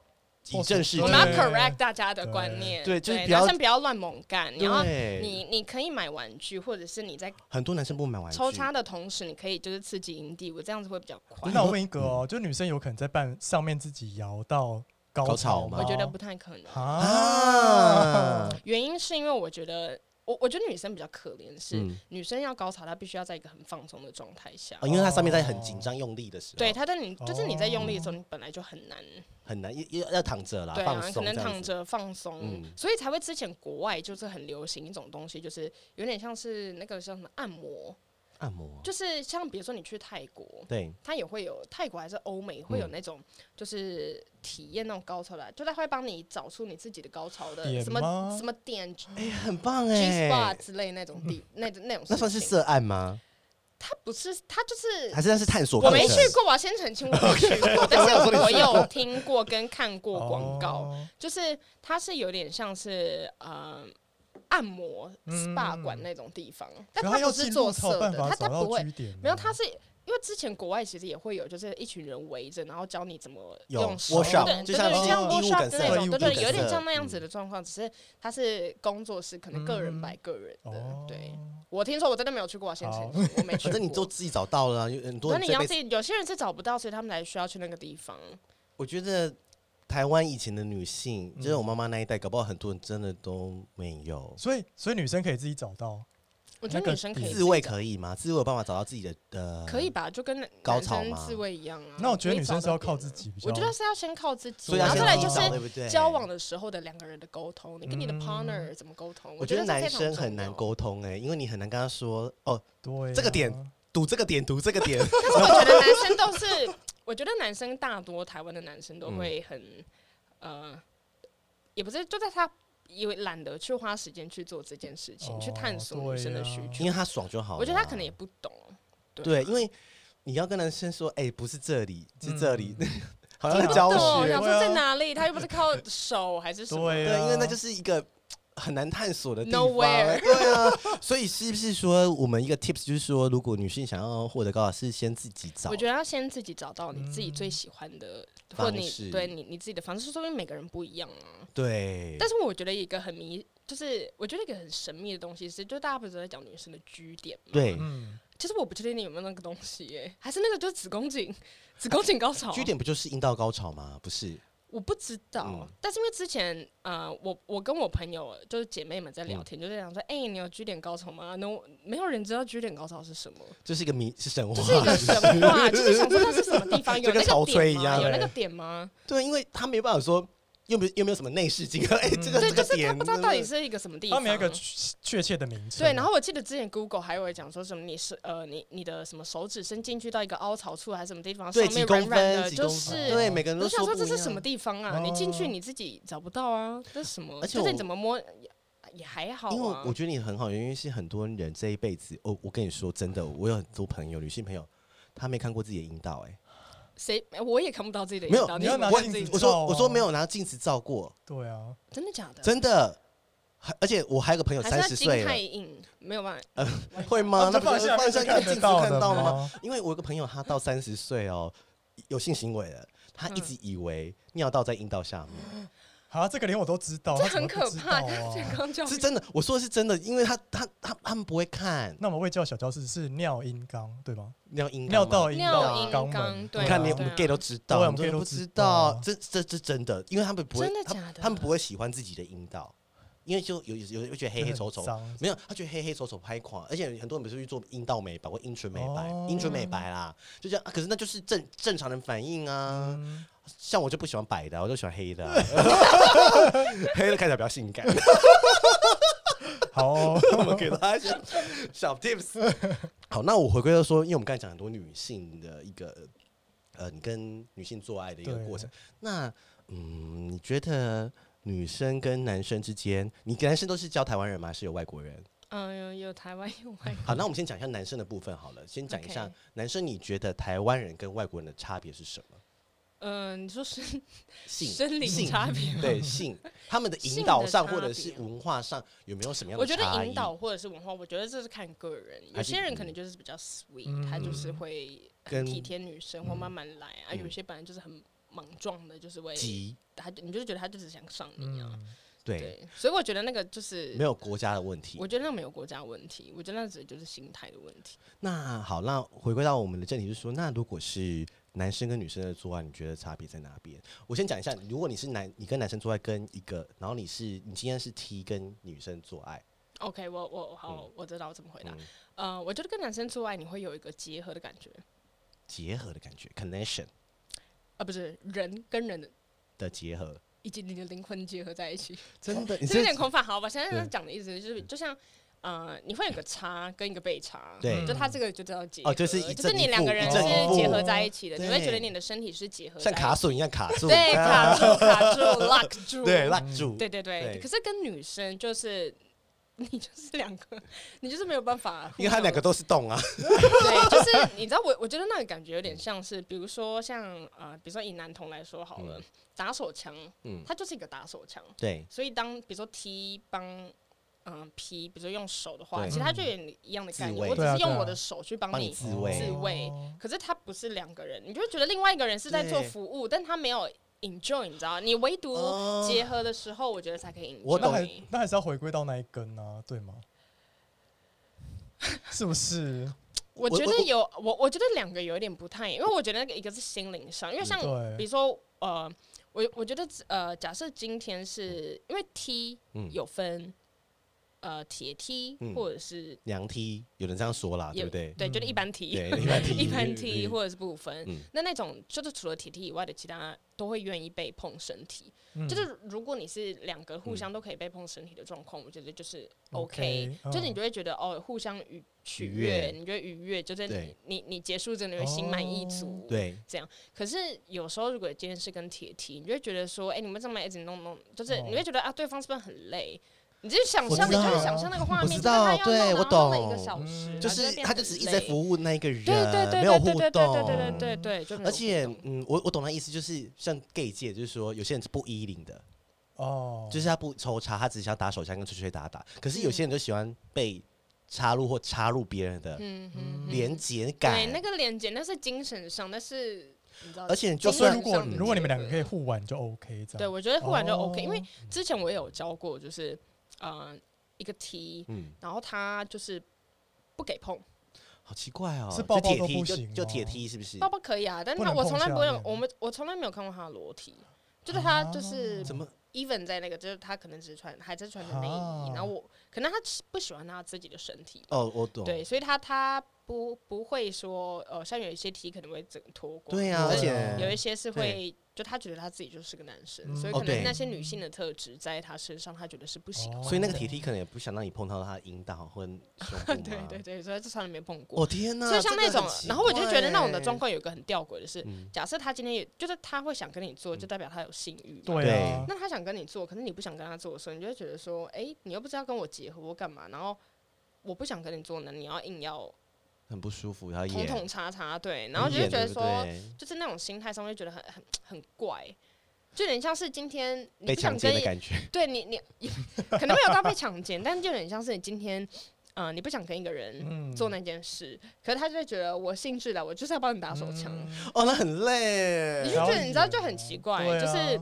Speaker 1: 以正视
Speaker 3: 我
Speaker 1: 之
Speaker 3: 们要
Speaker 2: 对
Speaker 3: correct 大家的观念，
Speaker 1: 对就是不
Speaker 3: 男
Speaker 1: 要
Speaker 3: 生不要乱猛干，你要
Speaker 1: 对
Speaker 3: 你你可以买玩具，或者是你在
Speaker 1: 很多男生不买玩具，
Speaker 3: 抽插的同时，你可以就是刺激阴蒂，我这样子会比较快。
Speaker 2: 那我问一个哦，就女生有可能在半上面自己摇到高
Speaker 1: 高潮
Speaker 2: 潮
Speaker 1: 吗
Speaker 2: 吗？
Speaker 3: 我觉得不太可能，
Speaker 1: 啊
Speaker 2: 啊，，
Speaker 3: 原因是因为我觉得我我觉得女生比较可怜，是、
Speaker 1: 嗯
Speaker 3: 女生要高潮，她必须要在一个很放松的状态下。
Speaker 1: 哦因为哦它上面在很紧张用力的时候，
Speaker 3: 对，她在你就是你在用力的时候，
Speaker 2: 哦
Speaker 3: 你本来就很难，
Speaker 1: 很难，要要要躺着啦，
Speaker 3: 对
Speaker 1: 放
Speaker 3: 啊，可
Speaker 1: 松
Speaker 3: 能
Speaker 1: 这样
Speaker 3: 躺
Speaker 1: 子
Speaker 3: 着放松，
Speaker 1: 嗯
Speaker 3: 所以才会之前国外就是很流行一种东西，就是有点像是那个像什么按摩，
Speaker 1: 按摩，啊
Speaker 3: 就是像比如说你去泰国，
Speaker 1: 对，
Speaker 3: 它也会有泰国还是欧美会有
Speaker 1: 嗯
Speaker 3: 那种就是体验那种高潮的，就它会帮你找出你自己的高潮的
Speaker 2: 点
Speaker 3: 什么
Speaker 2: 吗
Speaker 3: 什么点
Speaker 1: 哎，很棒
Speaker 3: G spot
Speaker 1: 哎，
Speaker 3: 之类那种地
Speaker 2: 嗯
Speaker 3: 那种那种事情，
Speaker 1: 那算是涉案吗？
Speaker 3: 它不是它就是
Speaker 1: 还是那是探索？
Speaker 3: 我没去。过，我要先澄清我没
Speaker 2: <laughs>
Speaker 3: 去过，但是我有听过跟看过广告，
Speaker 2: 哦
Speaker 3: 就是它是有点像是呃按摩
Speaker 2: 嗯
Speaker 3: SPA 馆那种地方，但
Speaker 2: 可
Speaker 3: 它
Speaker 2: 他要
Speaker 3: 不是
Speaker 2: 进
Speaker 3: 做
Speaker 2: 入才
Speaker 3: 色
Speaker 2: 有
Speaker 3: 的，
Speaker 2: 办法
Speaker 3: 它它
Speaker 2: 找
Speaker 3: 不
Speaker 2: 到
Speaker 3: 会
Speaker 2: 居点啊。
Speaker 3: 没有，它是因为之前国外其实也会有，就是一群人围着，然后教你怎么
Speaker 1: 有
Speaker 3: 用手
Speaker 1: workshop，
Speaker 3: 对对
Speaker 1: 就
Speaker 3: 对
Speaker 1: 像
Speaker 3: 对
Speaker 2: 是
Speaker 3: 像
Speaker 2: 义务
Speaker 3: workshop
Speaker 1: 梗
Speaker 3: 的
Speaker 1: 塞
Speaker 3: 那种，
Speaker 1: 义务
Speaker 3: 对对，
Speaker 1: 梗
Speaker 3: 有点
Speaker 1: 塞
Speaker 3: 像那样
Speaker 1: 嗯
Speaker 3: 子的状况，只是它是工作室，可能个人摆个人的。
Speaker 1: 嗯
Speaker 2: 哦
Speaker 3: 对，我听说我真的没有去过，啊先
Speaker 2: 好
Speaker 3: 澄清，
Speaker 1: <laughs>
Speaker 3: 我没去
Speaker 1: 反正哦你都
Speaker 3: 过。
Speaker 1: 自己找到了啊，有很多
Speaker 3: 那
Speaker 1: 人
Speaker 3: 你
Speaker 1: 这
Speaker 3: 要
Speaker 1: 辈
Speaker 3: 自
Speaker 1: 子。
Speaker 3: 己，有些人是找不到，所以他们才需要去那个地方。
Speaker 1: 我觉得台湾以前的女性，就是我妈妈那一代，搞不好很多人真的都没有。
Speaker 2: 所以所以女生可以自己找到，
Speaker 3: 我觉
Speaker 2: 那
Speaker 3: 得
Speaker 2: 个
Speaker 3: 女生可以
Speaker 1: 自慰
Speaker 3: 己
Speaker 1: 可以吗？自慰有办法找到自己的呃，
Speaker 3: 可以吧？就跟
Speaker 1: 高
Speaker 3: 男
Speaker 1: 潮
Speaker 3: 生
Speaker 1: 吗
Speaker 3: 自慰一样啊。
Speaker 2: 那我觉得
Speaker 3: 可以
Speaker 2: 女生
Speaker 3: 找
Speaker 2: 是
Speaker 3: 到
Speaker 2: 要
Speaker 3: 别
Speaker 2: 靠
Speaker 3: 人
Speaker 2: 自己比较。
Speaker 3: 我觉得是要先靠自己，啊
Speaker 1: 所以要
Speaker 3: 然后
Speaker 1: 先
Speaker 3: 再来
Speaker 1: 自己
Speaker 3: 就
Speaker 1: 找对
Speaker 3: 是
Speaker 1: 不对？嗯
Speaker 3: 交往的时候的两个人的沟通，你跟你的 partner 怎么沟通？
Speaker 1: 我
Speaker 3: 觉
Speaker 1: 觉得
Speaker 3: 这
Speaker 1: 男
Speaker 3: 非常
Speaker 1: 生很
Speaker 3: 重
Speaker 1: 难
Speaker 3: 要。
Speaker 1: 沟通哎、因为你很难跟他说哦，
Speaker 2: 对啊、
Speaker 1: 这个点读这个点，读这个
Speaker 3: <laughs>
Speaker 1: 点，
Speaker 3: 但是我觉得男生都是，我觉得男生大多台湾的男生都
Speaker 1: 嗯
Speaker 3: 会很、呃，也不是就在他因为懒得去花时间去做这件事情，去探
Speaker 2: 哦
Speaker 3: 索女生的
Speaker 2: 对啊
Speaker 3: 需求。
Speaker 1: 因为他爽就好了啊。
Speaker 3: 我觉得他可能也不懂，
Speaker 2: <laughs>
Speaker 1: 对，因为你要跟男生说，哎、不是这里，是这里，
Speaker 2: 嗯
Speaker 1: <laughs> 好像在
Speaker 3: 不
Speaker 1: 教
Speaker 3: 懂，
Speaker 1: 学
Speaker 3: 想。说
Speaker 2: 对啊
Speaker 3: 在哪里，他又不是靠手还是什么。
Speaker 2: 对
Speaker 1: 对，
Speaker 2: 啊，
Speaker 1: 因为那就是一个很难探索的地方。
Speaker 3: Nowhere
Speaker 1: <laughs> 对啊，所以是不是说我们一个 tips 就是说，如果女性想要获得高潮，是先自己找
Speaker 3: 我。觉得要先自己找到你自己最
Speaker 2: 嗯
Speaker 3: 喜欢的，
Speaker 1: 方
Speaker 3: 或你
Speaker 1: 式
Speaker 3: 对你你自己的方式，说明每个人不一样啊。
Speaker 1: 对，
Speaker 3: 但是我觉得一个很迷，就是我觉得一个很神秘的东西是，就大家不是都在讲女生的 G 点吗？，
Speaker 1: 对，
Speaker 2: 嗯，
Speaker 3: 其实我不确定你有没有那个东西、耶，还是那个就是子宫颈，子宫颈高潮。啊
Speaker 1: 据点不就是阴道高潮吗？不是，
Speaker 3: 我不知道，
Speaker 1: 嗯
Speaker 3: 但是因为之前呃，我我跟我朋友就是姐妹们在
Speaker 1: 嗯
Speaker 3: 聊天，就在讲说，哎、你有 G 点高潮吗？那我没有人知道 G 点高潮是什么，
Speaker 1: 这是一个迷，是神话
Speaker 3: 这。是一个神
Speaker 1: <laughs>
Speaker 3: 话，就是想说它是什么地方有
Speaker 1: 就跟
Speaker 3: 那
Speaker 1: 潮
Speaker 3: 个
Speaker 1: 吹
Speaker 3: 点
Speaker 1: 一
Speaker 3: 吗？
Speaker 1: 样
Speaker 3: 有那
Speaker 2: 欸
Speaker 3: 个点吗？
Speaker 1: 对，因为他没办法说，又没又没有什么内视镜，哎， <laughs> 这个
Speaker 3: 嗯
Speaker 1: 这
Speaker 3: 对，就
Speaker 1: 个
Speaker 3: 是他
Speaker 1: 点，
Speaker 3: 不知道到底是一个什么地方。
Speaker 2: 他没有一个确确切的名称。
Speaker 3: 对，然后我记得之前 Google 还有讲说什么你是呃你你的什么手指伸进去到一个凹槽处还是什么地方上
Speaker 1: 对几
Speaker 3: 面
Speaker 1: 公
Speaker 3: 软软
Speaker 1: 分，
Speaker 3: 的，
Speaker 1: 几
Speaker 3: 就
Speaker 1: 公
Speaker 3: 是
Speaker 1: 分，对，每个人
Speaker 3: 我
Speaker 1: 都
Speaker 3: 想说
Speaker 1: 不
Speaker 3: 这
Speaker 1: 一
Speaker 3: 是
Speaker 1: 样
Speaker 3: 什么地方啊？
Speaker 2: 哦
Speaker 3: 你进去你自己找不到啊，这是什么？
Speaker 1: 而且
Speaker 3: 就是
Speaker 1: 我
Speaker 3: 你怎么摸也也还好
Speaker 1: 因为
Speaker 3: 啊
Speaker 1: 我。觉得你很好，因为是很多人这一辈子，哦，我跟你说真的，我有很多朋友，女性朋友，她没看过自己的阴道、哎，
Speaker 3: 谁我也看不到自己的
Speaker 1: 没
Speaker 3: 阴
Speaker 1: 有
Speaker 3: 道，
Speaker 2: 你要
Speaker 3: 怎么
Speaker 2: 拿
Speaker 3: 看
Speaker 2: 镜
Speaker 3: 自己
Speaker 2: 子
Speaker 1: 我
Speaker 2: 照
Speaker 1: 说
Speaker 2: 啊
Speaker 1: 我说没有拿镜子照过，
Speaker 2: 对啊，
Speaker 3: 真的假的？
Speaker 1: 真的。还而且我还有个朋友
Speaker 3: 还
Speaker 1: 三
Speaker 3: 是
Speaker 1: 十
Speaker 3: 他筋
Speaker 1: 岁
Speaker 3: 太
Speaker 1: 了，
Speaker 3: 硬，没有办法。
Speaker 1: 会吗？啊那
Speaker 2: 就
Speaker 1: 不
Speaker 2: 放
Speaker 1: 是
Speaker 2: 下
Speaker 1: 放
Speaker 2: 面
Speaker 1: 下
Speaker 2: 就
Speaker 1: 看
Speaker 2: 看
Speaker 1: 镜
Speaker 2: 得
Speaker 1: 子
Speaker 2: 到
Speaker 1: 看
Speaker 2: 的
Speaker 1: 到了
Speaker 2: <laughs>
Speaker 1: 吗？
Speaker 2: 吗？
Speaker 1: 因为我有个朋友，他到三十岁哦，有性行为了，他一
Speaker 3: 嗯
Speaker 1: 直以为尿道在阴道下面。
Speaker 2: 啊，这个连我都知道，
Speaker 3: 这
Speaker 2: 他怎
Speaker 3: 很
Speaker 2: 么
Speaker 3: 可
Speaker 2: 不知
Speaker 3: 怕，
Speaker 2: 道
Speaker 3: 他健
Speaker 2: 啊。
Speaker 3: 康教育
Speaker 1: 是真的，我说的是真的，因为他他他他们不会看
Speaker 2: 那我们卫教小教室是尿阴肛，对吗？
Speaker 1: 尿阴
Speaker 2: 尿
Speaker 1: 道吗
Speaker 2: 道阴
Speaker 3: 尿阴
Speaker 2: 肛
Speaker 3: 肛
Speaker 2: 门，
Speaker 3: 对
Speaker 1: 你看
Speaker 3: 啊
Speaker 1: 连我
Speaker 3: 对
Speaker 1: 们
Speaker 3: 啊
Speaker 1: gay 都知道，
Speaker 2: 对
Speaker 1: 我
Speaker 2: 我们
Speaker 1: 们
Speaker 2: gay
Speaker 1: 都
Speaker 2: 都
Speaker 1: 不
Speaker 2: 知
Speaker 1: 知
Speaker 2: 道啊
Speaker 1: 道，这这这真的，因为他们不会，
Speaker 3: 真的
Speaker 1: 他
Speaker 3: 假的？
Speaker 1: 他们不会喜欢自己的阴道，因为就有有有觉得黑黑丑丑
Speaker 2: 就，很脏
Speaker 1: 没有，他觉得黑黑丑丑拍垮，而且很多人不是去做阴道美白或阴唇美白、
Speaker 2: 哦
Speaker 1: 阴唇美白啦，就这样、啊可是那就是正正常人反应啊，
Speaker 2: 嗯
Speaker 1: 像我就不喜欢白的啊，我就喜欢黑
Speaker 2: <laughs>
Speaker 1: 的啊、 <laughs> 黑的看起来比较性感。
Speaker 2: 好哦，
Speaker 1: 我们给大家一
Speaker 3: <laughs>
Speaker 1: 些小 tips。好，那我回归到说，因为我们刚才讲很多女性的一个，呃，你跟女性做爱的一个
Speaker 2: 对
Speaker 1: 过程。那嗯，你觉得女生跟男生之间，你跟男生都是教台湾人吗？还是有外国人？
Speaker 3: 嗯，有有台湾有外
Speaker 1: 好，那我们先讲一下男生的部分好了。先讲一下
Speaker 3: 嗯 OK
Speaker 1: 男生，你觉得台湾人跟外国人的差别是什么？
Speaker 3: 嗯，你说生
Speaker 1: 性
Speaker 3: 生理
Speaker 1: 性
Speaker 3: 差别吗？
Speaker 1: 对
Speaker 3: <laughs>
Speaker 1: 性，他们的引
Speaker 3: 性
Speaker 1: 导
Speaker 3: 的
Speaker 1: 上
Speaker 3: 差
Speaker 1: 或者
Speaker 3: 别
Speaker 1: 是文化上有没有什么样
Speaker 3: 我
Speaker 1: 的
Speaker 3: 觉
Speaker 1: 差异？
Speaker 3: 得引导或者是文化，我觉得这是看个人。有
Speaker 1: 还是
Speaker 3: 些人可
Speaker 1: 嗯
Speaker 3: 能就是比较 sweet，、
Speaker 2: 嗯
Speaker 3: 他就是会很
Speaker 1: 跟
Speaker 3: 体贴女生或慢慢来啊。
Speaker 1: 嗯
Speaker 3: 有些本来就是很莽撞的，就是会
Speaker 1: 及
Speaker 3: 他，你就觉得他就是想上你啊。
Speaker 2: 嗯，
Speaker 1: 对，
Speaker 3: 对，所以我觉得那个就是
Speaker 1: 没，有国家的问题。
Speaker 3: 我觉得那没有国家问题，我觉得那只就是心态的问题。
Speaker 1: 那好，那回归到我们的正题，就是说，那如果是男生跟女生的做爱，你觉得差别在哪边？我先讲一下，如果你是男，你跟男生做爱跟一个，然后你是你今天是 T 跟女生做爱，
Speaker 3: OK，我我好，
Speaker 1: 嗯
Speaker 3: 我知道我怎么回答。
Speaker 1: 嗯，
Speaker 3: 呃，我觉得跟男生做爱你会有一个结合的感觉，
Speaker 1: 结合的感觉，connection
Speaker 3: 啊，不是人跟人的。
Speaker 1: 的结合，
Speaker 3: 以及你的灵魂结合在一起，
Speaker 1: 真的，你
Speaker 3: 这有
Speaker 1: 真
Speaker 3: 点
Speaker 1: 的
Speaker 3: 空泛。好吧，现在
Speaker 1: 对
Speaker 3: 讲的意思就是，就像呃，你会有个差跟一个被差，
Speaker 1: 对
Speaker 3: 就他这个就叫结合，
Speaker 1: 哦就是一正
Speaker 3: 你
Speaker 1: 一
Speaker 3: 两
Speaker 1: 负
Speaker 3: 个人
Speaker 2: 一
Speaker 3: 是
Speaker 2: 正一负
Speaker 3: 结合在一起的，你会
Speaker 1: 对
Speaker 3: 觉得你的身体是结合在
Speaker 1: 像
Speaker 3: 一起
Speaker 1: 卡榫一样卡住，
Speaker 3: 对
Speaker 1: 啊
Speaker 3: 卡住卡
Speaker 1: <laughs>
Speaker 3: 住 lock 住，
Speaker 1: 对，拉住，
Speaker 3: 对对对
Speaker 1: 对
Speaker 3: 可是跟女生就是。你就是两个，你就是没有办法，
Speaker 1: 因为他两个都是洞啊，
Speaker 3: 对，就是你知道我，我觉得那个感觉有点像是，比如说像呃，比如说以男童来说好了，
Speaker 1: 嗯
Speaker 3: 打手枪，
Speaker 1: 嗯，
Speaker 3: 它就是一个打手枪，
Speaker 1: 对，
Speaker 3: 所以当比如说 T 帮嗯 P，比如说用手的话，
Speaker 1: 对
Speaker 3: 其实它就有点一样的概
Speaker 1: 自
Speaker 3: 念，
Speaker 1: 慰
Speaker 3: 我只
Speaker 2: 对
Speaker 3: 是
Speaker 2: 啊对
Speaker 3: 用
Speaker 2: 啊
Speaker 3: 我的手去帮
Speaker 1: 帮你
Speaker 3: 你
Speaker 1: <laughs> 自慰
Speaker 3: 自慰，
Speaker 2: 哦
Speaker 3: 可是他不是两个人，你就会觉得另外一个人是在做
Speaker 1: 啊对
Speaker 3: 服务，但他没有 enjoy，你知道？你唯独
Speaker 1: 哦
Speaker 3: 结合的时候，我觉得才可以 enjoy。
Speaker 1: 我
Speaker 2: 那
Speaker 1: 懂
Speaker 2: 还那还是要回归到那一根啊，对
Speaker 3: <laughs>
Speaker 2: 吗？是不是？
Speaker 3: 我觉
Speaker 1: 我
Speaker 3: 得有我，我觉得两个有点不太，因为我觉得那个一个是心灵上，因为像
Speaker 1: 嗯
Speaker 3: 比
Speaker 2: 对，
Speaker 3: 如说呃，我我觉得呃，假设今天是因为 T
Speaker 1: 嗯
Speaker 3: 有分呃铁梯
Speaker 1: 嗯
Speaker 3: 或者是
Speaker 1: 娘梯，有人这样说啦，
Speaker 3: 也
Speaker 1: 对不对？
Speaker 3: 对，就是
Speaker 2: 嗯
Speaker 3: 一般梯，
Speaker 1: 对，一般梯，
Speaker 3: 一般
Speaker 1: 对
Speaker 3: 踢或者是部分。
Speaker 1: 嗯
Speaker 3: 那那种就是除了体踢以外的，其他都会愿意被碰身体。
Speaker 2: 嗯
Speaker 3: 就是如果你是两个互
Speaker 1: 嗯
Speaker 3: 相都可以被碰身体的状况，我觉得就是 OK，,
Speaker 2: OK，
Speaker 3: 就是
Speaker 2: 嗯
Speaker 3: 你就会觉得哦，互相愉取
Speaker 1: 愉悦，
Speaker 3: 悦你就会愉悦，就是你
Speaker 1: 对哦
Speaker 3: 你你结束之后你会心满意足。。
Speaker 1: 对，
Speaker 3: 可是有时候如果今天是跟铁踢，你就会觉得说，哎、你们这么一直弄弄，就是
Speaker 2: 哦
Speaker 3: 你会觉得啊，对方是不是很累？你就想象，
Speaker 1: 我
Speaker 3: 你
Speaker 1: 知道
Speaker 3: 就想象那个画
Speaker 1: 我
Speaker 3: 面，
Speaker 1: 知
Speaker 3: 就是他
Speaker 1: 道
Speaker 3: 要
Speaker 1: 对
Speaker 3: 弄
Speaker 1: 我
Speaker 3: 然后弄了一个
Speaker 1: 懂嗯
Speaker 3: 小时，然后
Speaker 1: 就是
Speaker 3: 变
Speaker 1: 他
Speaker 3: 得
Speaker 1: 就只
Speaker 3: 很
Speaker 1: 一直在
Speaker 3: 累
Speaker 1: 服务那一个人，
Speaker 3: 对对对
Speaker 1: 没有
Speaker 3: 对
Speaker 1: 互
Speaker 3: 对对
Speaker 1: 动，
Speaker 3: 对对对对，就没有
Speaker 1: 而且
Speaker 3: 互动，
Speaker 1: 嗯，我我懂那意思，就是像 gay 界，就是说有些人是不依领的，
Speaker 2: 哦，
Speaker 1: 就是他不抽插，他只想打手枪跟吹吹打打。可是有些人就喜欢被插入或插入别人的
Speaker 3: 嗯嗯，
Speaker 1: 连接感，
Speaker 3: 对那个连接，那是精神上，但是你知道，
Speaker 1: 而且
Speaker 3: 精
Speaker 1: 就
Speaker 2: 所以
Speaker 1: 算
Speaker 3: 神
Speaker 2: 如果
Speaker 3: 上的
Speaker 2: 如果你
Speaker 3: 结
Speaker 2: 们两个
Speaker 3: 合
Speaker 2: 可以互玩就 OK 这
Speaker 3: 对
Speaker 2: 样。
Speaker 3: 我觉得互玩就 OK，、因为
Speaker 2: 哦
Speaker 3: 之前我也有教过，就是呃一个 T，
Speaker 1: 嗯，
Speaker 3: 然后他就是不给碰，
Speaker 1: 好奇怪哦，
Speaker 2: 是抱抱
Speaker 1: 就铁
Speaker 2: 都
Speaker 1: 梯
Speaker 2: 不
Speaker 1: 就
Speaker 2: 行
Speaker 1: 就
Speaker 2: 哦
Speaker 1: 铁梯是不是
Speaker 3: 包？包可以啊，但是
Speaker 2: 不
Speaker 3: 他
Speaker 2: 能
Speaker 3: 我
Speaker 2: 碰
Speaker 3: 从来
Speaker 2: 下
Speaker 3: 不会有
Speaker 2: 面，
Speaker 3: 我们我从来没有看过他的裸体。就是他，就是
Speaker 1: 啊怎么
Speaker 3: even 在那个，就是他可能只是穿，还在穿着内
Speaker 2: 啊
Speaker 3: 衣，然后我可能他不喜欢他自己的身体吧，
Speaker 1: 哦，我懂，
Speaker 3: 对，所以他他不不会说，呃，像有一些题可能会整个脱光，
Speaker 1: 对啊，
Speaker 2: 对
Speaker 1: 而
Speaker 2: 啊
Speaker 1: 且
Speaker 3: 有一些是
Speaker 1: 对
Speaker 3: 会，就他觉得他自己就是个男生，
Speaker 2: 嗯
Speaker 3: 所以
Speaker 1: 哦
Speaker 3: 可能
Speaker 1: 对哦
Speaker 3: 那些女性的特质在他身上，他觉得是不行。
Speaker 1: 所以那个铁梯可能也不想让你碰到他的阴道或者胸部
Speaker 3: <laughs> 对
Speaker 1: 嘛
Speaker 3: 对对，所以他从来没碰过。
Speaker 1: 我天哪！
Speaker 3: 所以像
Speaker 1: 哦这
Speaker 3: 那
Speaker 1: 个很
Speaker 3: 种，
Speaker 1: 奇
Speaker 3: 然后我就觉得那种的
Speaker 1: 怪
Speaker 3: 状，况有一个很吊诡的是，
Speaker 1: 嗯，
Speaker 3: 假设他今天也就是他会想跟你做，就代表他有性欲嘛。
Speaker 2: 对啊，
Speaker 3: 那他想跟你做，可是你不想跟他做的时候，你就会觉得说，哎、你又不知道跟我结合或干嘛，然后我不想跟你做呢，你要硬要
Speaker 1: 很不舒服，然后
Speaker 3: 统
Speaker 1: 也
Speaker 3: 统叉叉，对，然后就
Speaker 1: 很
Speaker 3: 会
Speaker 1: 野
Speaker 3: 觉得
Speaker 1: 对不
Speaker 3: 说，
Speaker 1: 对
Speaker 3: 就是那种心态上会觉得很很很怪，就有点像是今天你
Speaker 1: 被
Speaker 3: 不想
Speaker 1: 强奸
Speaker 3: 跟
Speaker 1: 的感觉，
Speaker 3: 对你你可能没有到被强奸，但就有点像是你今天呃你不想跟一个人
Speaker 2: 嗯
Speaker 3: 做那件事，可是他就会觉得我兴致来，我就是要帮你打手枪，
Speaker 1: 哦，那很累
Speaker 3: 你就觉
Speaker 2: 好
Speaker 3: 得你知道
Speaker 2: 野
Speaker 3: 就
Speaker 2: 哦
Speaker 3: 很奇怪，
Speaker 2: 对
Speaker 3: 就
Speaker 2: 啊
Speaker 3: 是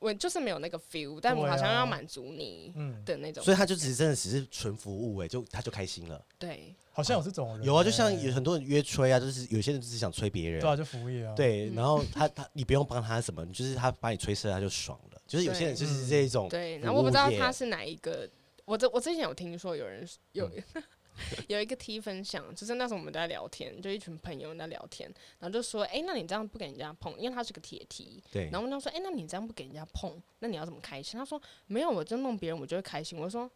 Speaker 3: 我就是没有那个 feel，但我
Speaker 2: 对
Speaker 3: 好像
Speaker 2: 啊
Speaker 3: 要满足你
Speaker 2: 嗯，
Speaker 3: 的那种，
Speaker 1: 所以他就只是真的只是纯服务哎、就他就开心了。
Speaker 3: 对，
Speaker 2: 好像有这种人欸，
Speaker 1: 有啊，就像有很多人约吹啊，就是有些人只是想吹别人，
Speaker 2: 对啊，就服务业啊，，
Speaker 1: 对
Speaker 3: 嗯
Speaker 1: 然后他他你不用帮他什么，就是他把你吹射他就爽了。就是有些人就是这一种，
Speaker 3: 对，
Speaker 1: 服
Speaker 3: 然后我不
Speaker 1: 务
Speaker 3: 知道
Speaker 1: 业
Speaker 3: 他是哪一个，我之我之前有听说有人是有、 <laughs> 有一个 T 分享，就是那时候我们在聊天，就一群朋友在聊天，然后就说，哎、那你这样不给人家碰，因为他是个铁 T，
Speaker 1: 对
Speaker 3: 然后我们就说，哎、那你这样不给人家碰，那你要怎么开心？他说没有，我就弄别人我就会开心。我说。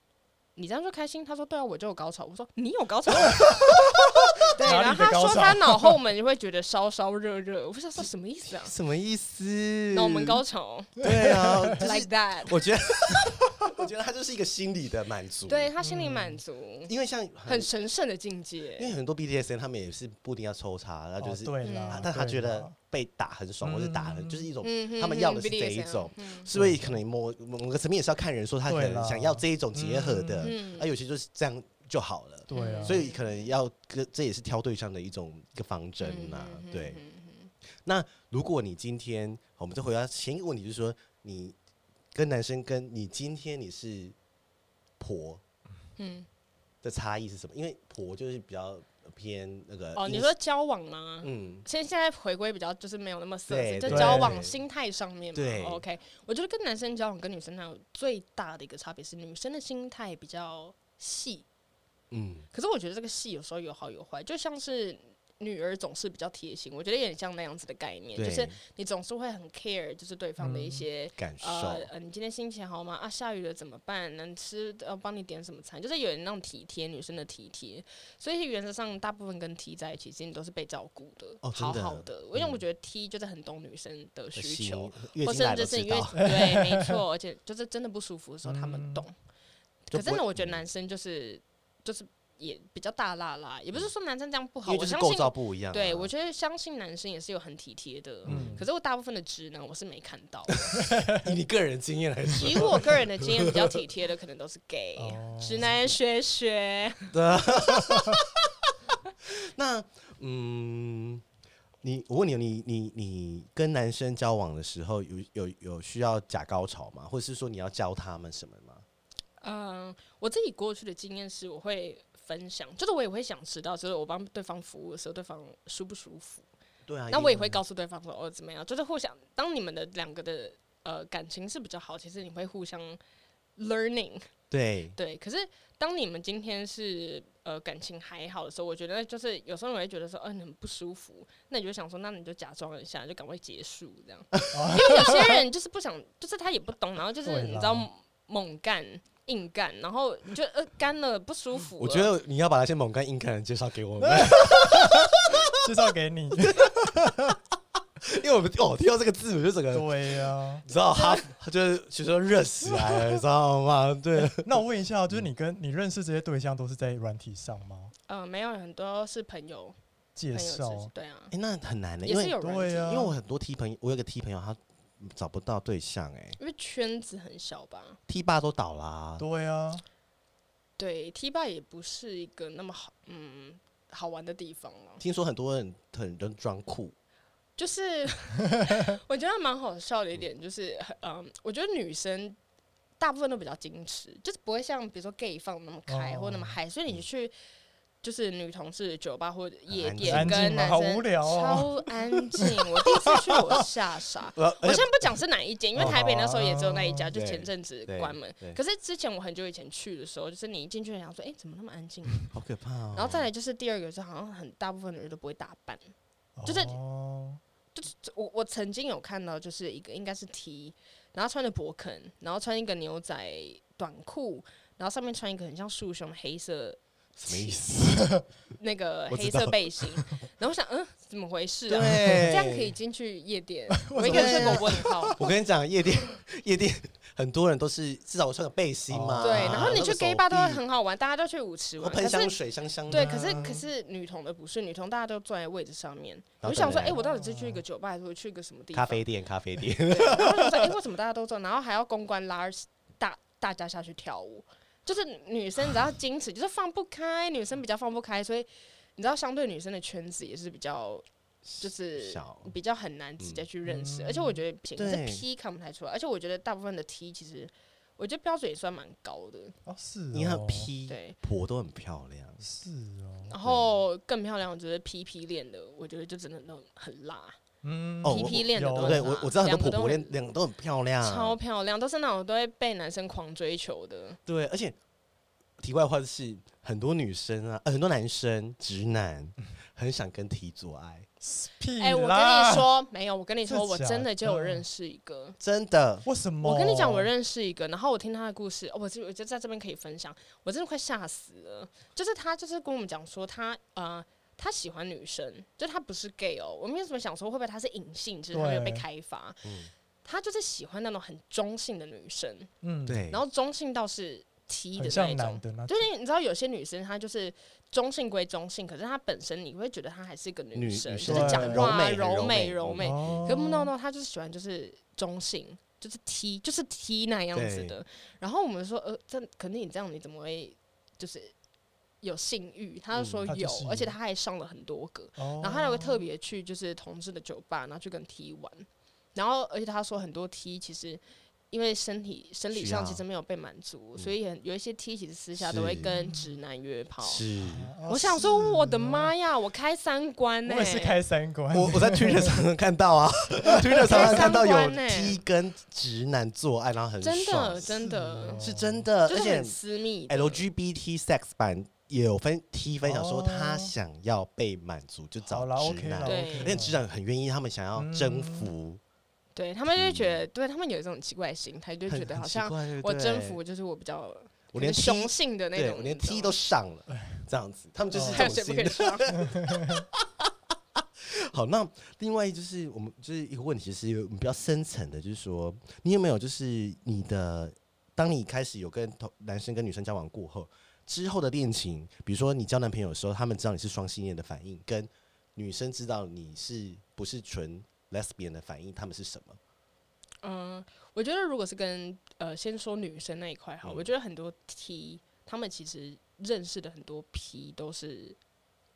Speaker 3: 你这样就开心？他说：“对啊，我就有高潮。”我说：“你有高潮？” <laughs> 对，
Speaker 2: 哪
Speaker 3: 然后
Speaker 2: 里的
Speaker 3: 他
Speaker 2: 高
Speaker 3: 说
Speaker 2: 潮
Speaker 3: 他脑后门就会觉得烧烧热热。我想说什么意思啊？
Speaker 1: <laughs> 什么意思？
Speaker 3: 脑门高潮
Speaker 1: <laughs> 对啊，就是
Speaker 3: ，like that。
Speaker 1: 我觉得 <laughs> 我觉得他就是一个心理的满足，
Speaker 3: 对，他心里满足，
Speaker 1: 因为像
Speaker 3: 很
Speaker 1: 很
Speaker 3: 神圣的境
Speaker 1: 因
Speaker 3: 界。
Speaker 1: 为很多 BDSN 他们也是不一定要抽查，然后就是、
Speaker 2: 哦对
Speaker 3: 嗯
Speaker 2: 啦
Speaker 1: 啊，但他
Speaker 2: 对
Speaker 1: 觉得
Speaker 2: 啦
Speaker 1: 被打很爽，或者打很就是一种
Speaker 3: 嗯哼
Speaker 1: 他们要的是这一种，
Speaker 3: 嗯
Speaker 1: 所以可能某某个层面也是要看人说他可
Speaker 2: 对
Speaker 1: 能
Speaker 2: 啦
Speaker 1: 想要这一种结合的，啊
Speaker 3: 嗯
Speaker 1: 而有些就是这样就好了，
Speaker 2: 对啊，
Speaker 1: 所以可能要跟这也是挑对象的一种一个方
Speaker 3: 嗯
Speaker 1: 针呐、对，那如果你今天好我们再回答前一个问题，就是说你跟男生跟你今天你是婆
Speaker 3: 嗯，
Speaker 1: 的差异是什么？因为婆就是比较偏那个
Speaker 3: 哦，你
Speaker 1: 阴
Speaker 3: 说交往吗？
Speaker 1: 嗯，
Speaker 3: 现现在回归比较就是没有那么色
Speaker 1: 对
Speaker 3: 情，就
Speaker 1: 对
Speaker 3: 交往心态上面嘛。
Speaker 1: 对
Speaker 3: OK，我觉得跟男生交往跟女生交往最大的一个差别是，女生的心态比较细，
Speaker 1: 嗯，
Speaker 3: 可是我觉得这个细有时候有好有坏，就像是女儿总是比较贴心，我觉得有点像那样子的概念，
Speaker 1: 嗯对，
Speaker 3: 就是你总是会很 care，就是对方的一些
Speaker 1: 感受、
Speaker 3: 呃呃，你今天心情好吗？啊，下雨了怎么办？能吃呃，帮你点什么餐？就是有人那种体贴女生的体贴，所以原则上大部分跟 T 在一起，其实你都是被照顾的，
Speaker 1: 哦
Speaker 3: 好
Speaker 1: 真的
Speaker 3: 好的。因为我
Speaker 1: 嗯
Speaker 3: 觉得 T 就是很懂女生的
Speaker 1: 的
Speaker 3: 需
Speaker 1: 心
Speaker 3: 求，，
Speaker 1: 月
Speaker 3: 或
Speaker 1: 经来
Speaker 3: 甚
Speaker 1: 都
Speaker 3: 至是
Speaker 1: 知
Speaker 3: 因为
Speaker 1: 道，<laughs>
Speaker 3: 对，没错，而且就是真的不舒服的时候，他们
Speaker 2: 嗯
Speaker 3: 懂。
Speaker 1: 就
Speaker 3: 可
Speaker 1: 不
Speaker 3: 真的，
Speaker 1: 会嗯
Speaker 3: 我觉得男生就是就是也比较大辣辣，也不是说男生这样不好，
Speaker 1: 嗯因为
Speaker 3: 我
Speaker 1: 就是
Speaker 3: 相
Speaker 1: 构
Speaker 3: 信。
Speaker 1: 造不一样啊、
Speaker 3: 对，我觉得相信男生也是有很体贴的，
Speaker 2: 嗯
Speaker 3: 可是我大部分的直男我是没看
Speaker 1: <laughs>
Speaker 3: 到。
Speaker 1: 以你个人经验来说，
Speaker 3: 以我个人的经验，比较体贴的可能都是 gay，
Speaker 2: 哦
Speaker 3: 直男学学。
Speaker 1: <laughs> 那嗯，你我问你哦，你你你跟男生交往的时候，有有有需要假高潮吗？或者是说你要教他们什么吗？
Speaker 3: 嗯，我自己过去的经验是，我会分享，就是我也会想知道，就是我帮对方服务的时候，对方舒不舒服。
Speaker 1: 对啊，
Speaker 3: 那
Speaker 1: 一
Speaker 3: 我也会告诉对方说，哦，怎么样？就是互相，当你们的两个的呃感情是比较好，其实你会互相 learning
Speaker 1: 对，
Speaker 3: 对，可是当你们今天是呃感情还好的时候，我觉得就是有时候你会觉得说，嗯、很不舒服，那你就想说，那你就假装一下，就赶快结束
Speaker 2: <laughs>
Speaker 3: 这样。因为有些人就是不想，就是他也不懂，然后就是
Speaker 2: 对
Speaker 3: 你知
Speaker 2: 啦
Speaker 3: 道猛干硬干，然后你就呃干了不舒服了。
Speaker 1: 我觉得你要把那些猛干硬干人介绍给我 <laughs> 们，
Speaker 2: <laughs> 介绍给你。
Speaker 1: 因为我们哦听到这个字我就整个
Speaker 2: 对呀，
Speaker 1: 你知道哈，就是学生热起来了，你知道吗？ <laughs> 对，
Speaker 2: <laughs> 那我问一下，就是你跟你认识这些对象都是在软体上吗？
Speaker 3: 呃没有很多是朋友，
Speaker 2: 介
Speaker 3: 朋友之
Speaker 2: 绍
Speaker 3: 间对啊，
Speaker 1: 哎，那很难的，
Speaker 3: 也
Speaker 1: 因为
Speaker 3: 是有人
Speaker 2: 对啊
Speaker 1: 因为我很多 T 朋友，我有个 T 朋友他找不到对象，哎
Speaker 3: 因为圈子很小吧。
Speaker 1: ，T 爸都倒啦，
Speaker 2: 对啊，
Speaker 3: 对，T 吧也不是一个那么好，嗯，好玩的地方了。
Speaker 1: 听说很多人很多人装酷，
Speaker 3: 就是
Speaker 2: <laughs>
Speaker 3: 我觉得蛮好笑的一点就是，嗯，我觉得女生大部分都比较矜持，就是不会像比如说 gay 放那么开、或那么
Speaker 2: 哦
Speaker 3: 嗨，所以你去就是女同志酒吧或者夜
Speaker 1: 安，
Speaker 3: 店
Speaker 2: 静
Speaker 3: 跟
Speaker 2: 安静吗
Speaker 3: 男
Speaker 2: 好
Speaker 3: 生
Speaker 2: 无聊哦
Speaker 3: 超安静。我第一次去我吓傻
Speaker 1: <laughs>
Speaker 2: <laughs>
Speaker 1: 呃，
Speaker 3: 我
Speaker 1: 而
Speaker 3: 先
Speaker 1: 且
Speaker 3: 不讲是哪一间，因为
Speaker 2: 哦
Speaker 3: 台北那时候也只
Speaker 2: 好
Speaker 3: 有
Speaker 2: 啊
Speaker 3: 那一家，就
Speaker 1: 对
Speaker 3: 前阵子
Speaker 1: 对
Speaker 3: 关门
Speaker 1: 对。
Speaker 3: 可是之前我很久以前去的时候，就是你一进去想说，哎、怎么那么安静？
Speaker 1: 好可怕哦，
Speaker 3: 然后再来就是第二个是好像很大部分的人都不会打扮。就是
Speaker 2: 哦
Speaker 3: 这我我曾经有看到，就是一个应该是 T，然后穿着勃肯，然后穿一个牛仔短裤，然后上面穿一个很像束胸的黑色
Speaker 1: 什么意思？啊
Speaker 3: 那个
Speaker 1: 我知
Speaker 3: 黑
Speaker 1: 道
Speaker 3: 色背心， <laughs> 然后我想，嗯，怎么回事啊？ <laughs>
Speaker 1: 对
Speaker 3: 这样可以进去夜
Speaker 1: <laughs>
Speaker 3: 店？我
Speaker 1: 么
Speaker 3: 一个人
Speaker 1: 会
Speaker 3: 个问号。
Speaker 1: 我跟你讲，夜店 <laughs> 夜店很多人都是至少我穿个背心嘛，
Speaker 2: 哦
Speaker 3: 对，然后你
Speaker 1: 啊那
Speaker 3: 去
Speaker 1: 个
Speaker 3: gay
Speaker 1: 手
Speaker 3: bar 都会
Speaker 1: 臂
Speaker 3: 很好玩，大家都去舞池
Speaker 1: 我
Speaker 3: 玩，可
Speaker 1: 喷香
Speaker 3: 是
Speaker 1: 水香香的
Speaker 3: 对，
Speaker 1: 啊，
Speaker 3: 可是可是女同的不是女同，大家都坐在位置上面。
Speaker 1: 然后
Speaker 3: 我就想说，
Speaker 1: 等人
Speaker 3: 哎、我到底是去一个酒吧，还是我去一个什么地方？
Speaker 1: 啊咖啡店咖啡店，
Speaker 3: 对然后我就说，哎、为什么大家都做？然后还要公关拉大大家下去跳舞，就是女生只要矜持，就是放不开，女生比较放不开，所以你知道，相对女生的圈子也是比较。 <laughs> 就是
Speaker 1: <laughs>
Speaker 3: 嗯
Speaker 1: 小
Speaker 3: 比较很难直接去认识，而且我觉得不行，
Speaker 1: 对
Speaker 3: 是 P 看不太出来，而且我觉得大部分的 T 其实，我觉得标准也算蛮高的，
Speaker 2: 哦是哦，
Speaker 1: 你很 P，
Speaker 3: 对。
Speaker 1: 婆都很漂亮，
Speaker 2: 是哦，
Speaker 3: 然后更漂亮，我觉得 P P 恋的，我觉得就真的都很辣
Speaker 2: 嗯
Speaker 1: 哦
Speaker 3: ，P
Speaker 1: 我
Speaker 3: P 恋的
Speaker 2: 有
Speaker 3: 都
Speaker 1: 哦
Speaker 3: 很
Speaker 1: 对
Speaker 3: 辣
Speaker 1: 我我知道很多
Speaker 3: 两个
Speaker 1: 婆
Speaker 3: 都
Speaker 1: 婆
Speaker 3: 很
Speaker 1: 脸脸都很漂亮，
Speaker 3: 超漂亮，都是那种都会被男生狂追求的。
Speaker 1: 对，而且题外话是，很多女生啊，呃很多男生直男
Speaker 3: 嗯
Speaker 1: 很想跟 T 做爱，
Speaker 2: 屁
Speaker 3: 哎、我跟
Speaker 2: 啦
Speaker 3: 你，说，没有，我跟你说，
Speaker 2: 真
Speaker 3: 我
Speaker 2: 假
Speaker 3: 真的就有
Speaker 2: 的
Speaker 3: 认识一个。
Speaker 1: 真的
Speaker 2: 为什么？
Speaker 3: 我跟你讲，我认识一个，然后我听他的故事，哦、我就我就在这边可以分享，我真的快吓死了。就是他就是跟我们讲说他呃他喜欢女生，就他不是 gay 哦，我们有什么想说会不会他是隐性，只是他没有被
Speaker 2: 对
Speaker 3: 开发。
Speaker 1: 嗯
Speaker 3: 他就是喜欢那种很中性的女生，
Speaker 2: 嗯，
Speaker 1: 对，
Speaker 3: 然后中性到是 T 的
Speaker 2: 很
Speaker 3: 那一
Speaker 2: 像
Speaker 3: 种
Speaker 2: 男，的那
Speaker 3: 就
Speaker 2: 种
Speaker 3: 是你知道有些女生她就是中性归中性，可是她本身你会觉得她还是一个
Speaker 1: 女
Speaker 3: 生，
Speaker 1: 女
Speaker 3: 就
Speaker 2: 生
Speaker 3: 是讲
Speaker 2: 对
Speaker 3: 话
Speaker 1: 柔美很柔美
Speaker 3: 美柔美。
Speaker 2: 哦
Speaker 3: 可不 no no，她就是喜欢就是中性，就是 T 就是 T 那样子
Speaker 1: 对
Speaker 3: 的。然后我们说呃，这肯定你这样你怎么会就是有性欲？她就
Speaker 1: 嗯
Speaker 3: 说
Speaker 2: 她就
Speaker 3: 有，
Speaker 2: 是
Speaker 3: 而且
Speaker 2: 有
Speaker 3: 她还上了很多个。
Speaker 2: 哦
Speaker 3: 然后他还会特别去就是同志的酒吧，然后去跟 T 玩，然后而且他说很多 T 其实因为身体生理
Speaker 1: 需
Speaker 3: 上
Speaker 1: 要
Speaker 3: 其实没有被满足，
Speaker 1: 嗯
Speaker 3: 所以很有一些 T 其实私下都会
Speaker 1: 是
Speaker 3: 跟直男约炮。
Speaker 1: 是。
Speaker 2: 哦
Speaker 3: 我想说，我的
Speaker 2: 是
Speaker 3: 妈呀！我开三观欸
Speaker 2: 哦！
Speaker 3: 呢、
Speaker 2: 我也是开三关，
Speaker 1: 我我在 Twitter 常常看
Speaker 2: <laughs>
Speaker 1: 到啊，Twitter 常常看到有
Speaker 3: 三观欸
Speaker 1: T 跟直男做爱，然后很
Speaker 3: 真
Speaker 1: 爽
Speaker 3: 的真的，
Speaker 1: 是真的，
Speaker 3: 就
Speaker 1: 呃而
Speaker 3: 是
Speaker 1: 且哎
Speaker 3: 很私密的。
Speaker 1: LGBT sex 版也有分 T 分享说
Speaker 2: 哦
Speaker 1: 他想要被满足，就
Speaker 2: 好
Speaker 1: 找
Speaker 2: 啦
Speaker 1: 直
Speaker 2: ，OK 啦
Speaker 1: 男，
Speaker 3: 对
Speaker 1: 而
Speaker 2: OK
Speaker 1: 且
Speaker 2: 啦
Speaker 1: 直男很愿意，他们想要征
Speaker 2: 嗯
Speaker 1: 服，
Speaker 3: 对他们就会觉得，对他们有一种奇怪的心态，就
Speaker 1: 嗯很
Speaker 3: 觉得
Speaker 1: 很
Speaker 3: 好
Speaker 1: 奇
Speaker 3: 像
Speaker 1: 怪对不
Speaker 3: 我
Speaker 1: 对
Speaker 3: 征服就是我比较
Speaker 1: 我连
Speaker 3: 可
Speaker 1: T
Speaker 3: 能雄性的那
Speaker 1: 对
Speaker 3: 种，
Speaker 1: 我连
Speaker 3: 你知道
Speaker 1: T
Speaker 3: 吗
Speaker 1: 都上了，
Speaker 2: 哎
Speaker 1: 这样子，他们就是
Speaker 3: 还 <laughs>
Speaker 1: 这种
Speaker 3: 有谁不可以
Speaker 1: 心。
Speaker 3: 上？
Speaker 1: <laughs> 好，那另外就是我们就是一个问题，是比较深层的，就是说你有没有就是你的，当你开始有跟同男生跟女生交往过后，之后的恋情，比如说你交男朋友的时候，他们知道你是双性恋的反应，跟女生知道你是不是纯 lesbian 的反应，他们是什么？
Speaker 3: 嗯，我觉得如果是跟呃，先说女生那一块好，
Speaker 1: 嗯
Speaker 3: 我觉得很多 T 他们其实认识的很多 P 都是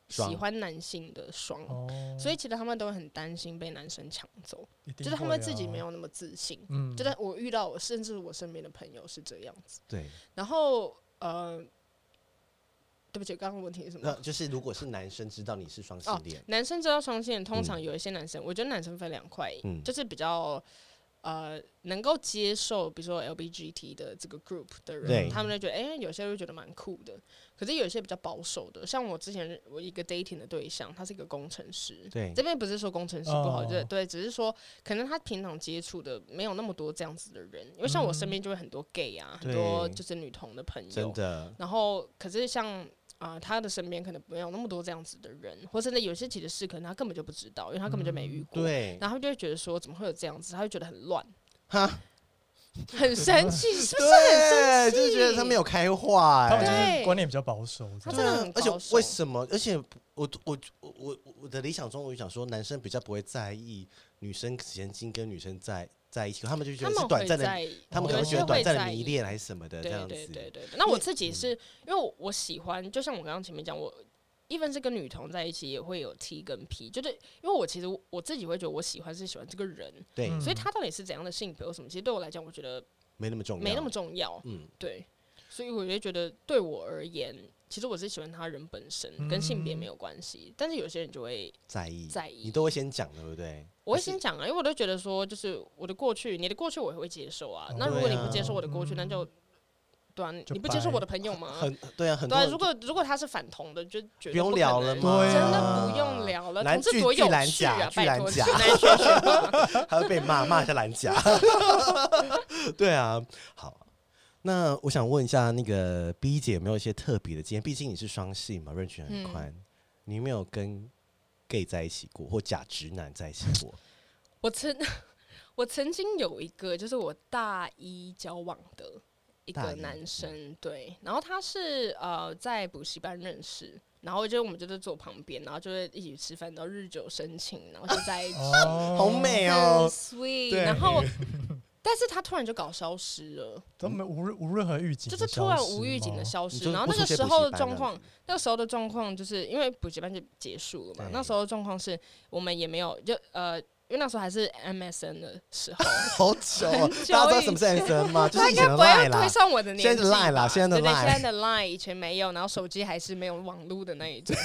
Speaker 1: 双
Speaker 3: 喜欢男性的双，
Speaker 2: 哦，
Speaker 3: 所以其实他们都很担心被男生抢走，
Speaker 2: 一定
Speaker 3: 就是他们自己
Speaker 2: 会啊
Speaker 3: 没，有那么自信。
Speaker 2: 嗯，
Speaker 3: 就是我遇到我，甚至我身边的朋友是这样子。
Speaker 1: 对，
Speaker 3: 然后呃，对不起，刚刚问题是什
Speaker 1: 那
Speaker 3: 么？
Speaker 1: 就是如果是男生知道你是双性
Speaker 3: 哦
Speaker 1: 恋，
Speaker 3: 男生知道双性恋，通
Speaker 1: 嗯
Speaker 3: 常有一些男生，我觉得男生分两块，
Speaker 1: 嗯
Speaker 3: 就是比较呃能够接受，比如说 LBGT 的这个 group
Speaker 1: 对
Speaker 3: 的人，他们就觉得，哎、有些会觉得蛮酷的。可是有一些比较保守的，像我之前我一个 dating 的对象，他是一个工程师，
Speaker 1: 对
Speaker 3: 这边不是说工程师不好，
Speaker 2: 哦
Speaker 3: 对、对，只是说可能他平常接触的没有那么多这样子的人，因为像我身边就会很多 gay 啊，很多
Speaker 1: 嗯对
Speaker 3: 就是女同的朋友
Speaker 1: 真，
Speaker 3: 啊
Speaker 1: 的
Speaker 3: 然后可是像啊、呃他的身边可能没有那么多这样子的人，或甚至有些其实是可能他根本就不知道，因为他根本就没遇过。
Speaker 1: 嗯对，
Speaker 3: 然后他就会觉得说，怎么会有这样子？他会觉得很乱，
Speaker 1: 哈，
Speaker 3: <laughs> 很生气，是不是
Speaker 1: 对，
Speaker 3: 很生气？
Speaker 1: 就是觉得他没有开化、欸，
Speaker 2: 他们就是
Speaker 3: 对
Speaker 2: 观念比较保守，这样
Speaker 3: 他
Speaker 1: 对
Speaker 3: 真的
Speaker 1: 啊
Speaker 3: 很
Speaker 1: 而且
Speaker 3: 保守
Speaker 1: 为什么？而且我我我我我的理想中，我就想说，男生比较不会在意女生曾经跟女生在在一起，他们就觉
Speaker 3: 他
Speaker 1: 得是
Speaker 3: 们
Speaker 1: 短
Speaker 3: 会
Speaker 1: 暂的，
Speaker 3: 在意，
Speaker 1: 他们可能
Speaker 3: 有
Speaker 1: 会
Speaker 3: 些
Speaker 1: 觉得短
Speaker 3: 会
Speaker 1: 暂的
Speaker 3: 在
Speaker 1: 迷
Speaker 3: 意
Speaker 1: 恋还是什么的这
Speaker 3: 对
Speaker 1: 样
Speaker 3: 对对
Speaker 1: 子。
Speaker 3: 对对。那我
Speaker 1: 为嗯
Speaker 3: 自己是因为我我喜欢，就像我刚刚前面讲，我一般是跟女同在一起也会有 T 跟 P，就是因为我其实我我自己会觉得我喜欢是喜欢这个人，
Speaker 1: 对，
Speaker 2: 嗯
Speaker 3: 所以他到底是怎样的性格或什么，其实对我来讲，我觉得
Speaker 1: 没那么重要，
Speaker 3: 没那么重要。
Speaker 1: 嗯，
Speaker 3: 对，所以我就觉得对我而言，其实我是喜欢他人本身，跟性别没有关系。但是有些人就会，
Speaker 1: 在意
Speaker 3: 在意
Speaker 1: 嗯你都会先讲，对不对？
Speaker 3: 我会
Speaker 1: 还是
Speaker 3: 先讲啊，因为我都觉得说，就是我的过去，你的过去我也会接受啊
Speaker 2: 哦。
Speaker 3: 那如果
Speaker 1: 对
Speaker 3: 你
Speaker 1: 啊
Speaker 3: 不接受我的过去，那就对啊，
Speaker 2: 就
Speaker 3: 你不接受
Speaker 2: 掰
Speaker 3: 我的朋友吗？
Speaker 1: 很对啊，很
Speaker 3: 对
Speaker 1: 多
Speaker 3: 啊，
Speaker 1: 人
Speaker 3: 如果如果他是反同的，就绝对
Speaker 1: 不用
Speaker 3: 可
Speaker 1: 聊
Speaker 3: 能
Speaker 1: 了嘛
Speaker 2: 对啊
Speaker 3: 真的不用聊了。
Speaker 1: 蓝
Speaker 3: 同志
Speaker 1: 巨
Speaker 3: 多
Speaker 1: 巨
Speaker 3: 有
Speaker 1: 蓝
Speaker 3: 趣
Speaker 1: 甲
Speaker 3: 啊！
Speaker 1: 巨
Speaker 3: 拜
Speaker 1: 蓝
Speaker 3: 托，
Speaker 1: <laughs>
Speaker 3: 去
Speaker 1: 甲
Speaker 3: 男学学吧。
Speaker 1: 还会被骂，
Speaker 3: <laughs>
Speaker 1: 骂一下蓝甲。对啊，好。那我想问一下，那个 B 姐有没有一些特别的经验？毕竟你是双性嘛，range 很
Speaker 3: 嗯
Speaker 1: 宽，你有没有跟 gay 在一起过，或假直男在一起
Speaker 3: <laughs>
Speaker 1: 过？
Speaker 3: 我曾我曾经有一个，就是我大一交往的一
Speaker 1: 大
Speaker 3: 个
Speaker 1: 一
Speaker 3: 男生，对，然后他是呃在补习班认识，然后就我们就在坐旁边，然后就会一起吃饭，然后日久生情，然后就
Speaker 1: <laughs>
Speaker 3: 在一起，
Speaker 2: 哦
Speaker 1: 好，美
Speaker 3: 很
Speaker 1: 哦！
Speaker 3: sweet。
Speaker 1: 对 <laughs>
Speaker 3: 然后，但是他突然就搞消失了，
Speaker 2: 他们无任无任何预警
Speaker 3: 就
Speaker 2: 的消
Speaker 3: 是
Speaker 2: 失吗，
Speaker 3: 突然无预警的消
Speaker 1: 你
Speaker 3: 失，
Speaker 1: 就
Speaker 3: 然后
Speaker 1: 不
Speaker 3: 那
Speaker 1: 出
Speaker 3: 个
Speaker 1: 现
Speaker 3: 时
Speaker 1: 补习
Speaker 3: 候的
Speaker 1: 班
Speaker 3: 状
Speaker 1: 这样
Speaker 3: 况
Speaker 1: 子，
Speaker 3: 那个时候的状况就是因为补习班就结束了嘛
Speaker 1: 对，
Speaker 3: 那时候的状况是我们也没有就呃，因为那时候还是 MSN 的时候。
Speaker 1: 好
Speaker 3: <laughs>
Speaker 1: 久哦，
Speaker 3: 久
Speaker 1: 大家知道
Speaker 3: 以
Speaker 1: 什么是 S N 吗？就是以
Speaker 3: 他应
Speaker 1: 前
Speaker 3: 该
Speaker 1: 的
Speaker 3: 不会
Speaker 1: Line
Speaker 3: 推
Speaker 1: 啦，
Speaker 3: 上我的年纪吧。
Speaker 1: 现在的 Line 啦现在的
Speaker 3: 对对
Speaker 1: Line
Speaker 3: 现在的 Line 以前没有，然后手机还是没有网络的那
Speaker 1: <laughs>
Speaker 3: 一种。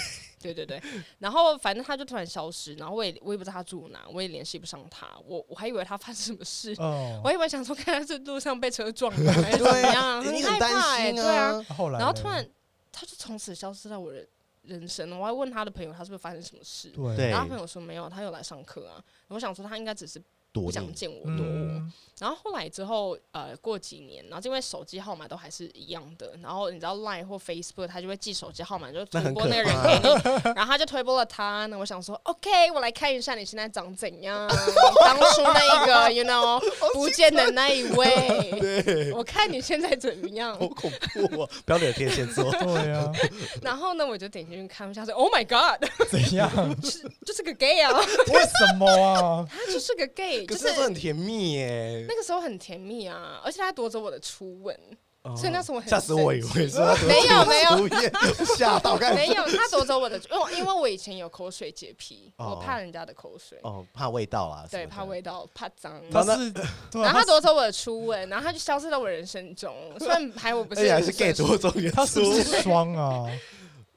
Speaker 3: 对对对，然后反正他就突然消失，然后我也我也不知道他住哪，我也联系不上他，我我还以为他发生什么事，
Speaker 2: 哦
Speaker 3: 我，还以为想说看他是路上被车撞了
Speaker 1: <laughs>
Speaker 3: 还是怎么
Speaker 1: 对啊，
Speaker 3: 样，
Speaker 1: 你
Speaker 3: 害
Speaker 1: 很
Speaker 3: 怕哎、
Speaker 1: 担心
Speaker 3: 对啊。
Speaker 1: 啊。
Speaker 2: 后来
Speaker 3: 然后
Speaker 2: 嘞
Speaker 3: 突然他就从此消失在我的人生，我还问他的朋友他是不是发生什么事，
Speaker 2: 对
Speaker 1: 对
Speaker 3: 然后他朋友说没有，他有来上课啊。我想说他应该只是
Speaker 1: 躲
Speaker 3: 不
Speaker 1: 你
Speaker 3: 想见我
Speaker 2: 嗯。
Speaker 3: 躲我，然后后来之后，呃，过几年，然后因为手机号码都还是一样的，然后你知道 Line 或 Facebook，他就会寄手机号码，就
Speaker 1: 那
Speaker 3: 推
Speaker 1: 很
Speaker 3: 播
Speaker 1: 可
Speaker 3: 那个人给
Speaker 1: <laughs>
Speaker 3: 你，然后他就推播了他。那我想说，OK，我来看一下你现在长怎样，当初那一个，you know，不见的那一
Speaker 1: <laughs>
Speaker 3: 位，我看你现在怎么样
Speaker 1: 好。恐怖哦！不要惹天蝎座
Speaker 3: 哦
Speaker 2: 对啊，
Speaker 3: 然后呢，我就点进去看，我想说，Oh my God， <laughs>
Speaker 2: 怎样？
Speaker 3: 就是就是个 gay 啊，
Speaker 2: 为什么啊？
Speaker 3: 他就是个 gay，
Speaker 1: 可
Speaker 3: <laughs> 就是
Speaker 1: 那时候很甜蜜欸耶
Speaker 3: 那，个时候很甜蜜啊，而且他还夺走我的初吻，
Speaker 1: 哦
Speaker 3: 所以那时候我很
Speaker 1: 吓死我，
Speaker 3: 生
Speaker 1: 以
Speaker 3: 气
Speaker 1: 为说
Speaker 3: 没有没有
Speaker 1: 有，吓到我刚才
Speaker 3: 没有，他夺走我的，因为因为我以前有口水洁癖，
Speaker 1: 哦
Speaker 3: 我怕人家的口水，
Speaker 1: 哦，怕味道啊，
Speaker 3: 对，怕。味道，怕脏。
Speaker 2: 他
Speaker 1: 然后呢 <laughs>
Speaker 2: 是，对
Speaker 3: 然
Speaker 2: 啊，
Speaker 3: 后他
Speaker 2: 他
Speaker 3: 夺走我的初吻，然后他就消失在我人生中。虽然还我不
Speaker 1: 而
Speaker 3: 是，
Speaker 1: 且哎还是 gay 多重元
Speaker 2: 他是
Speaker 1: 素
Speaker 2: 不，是双啊？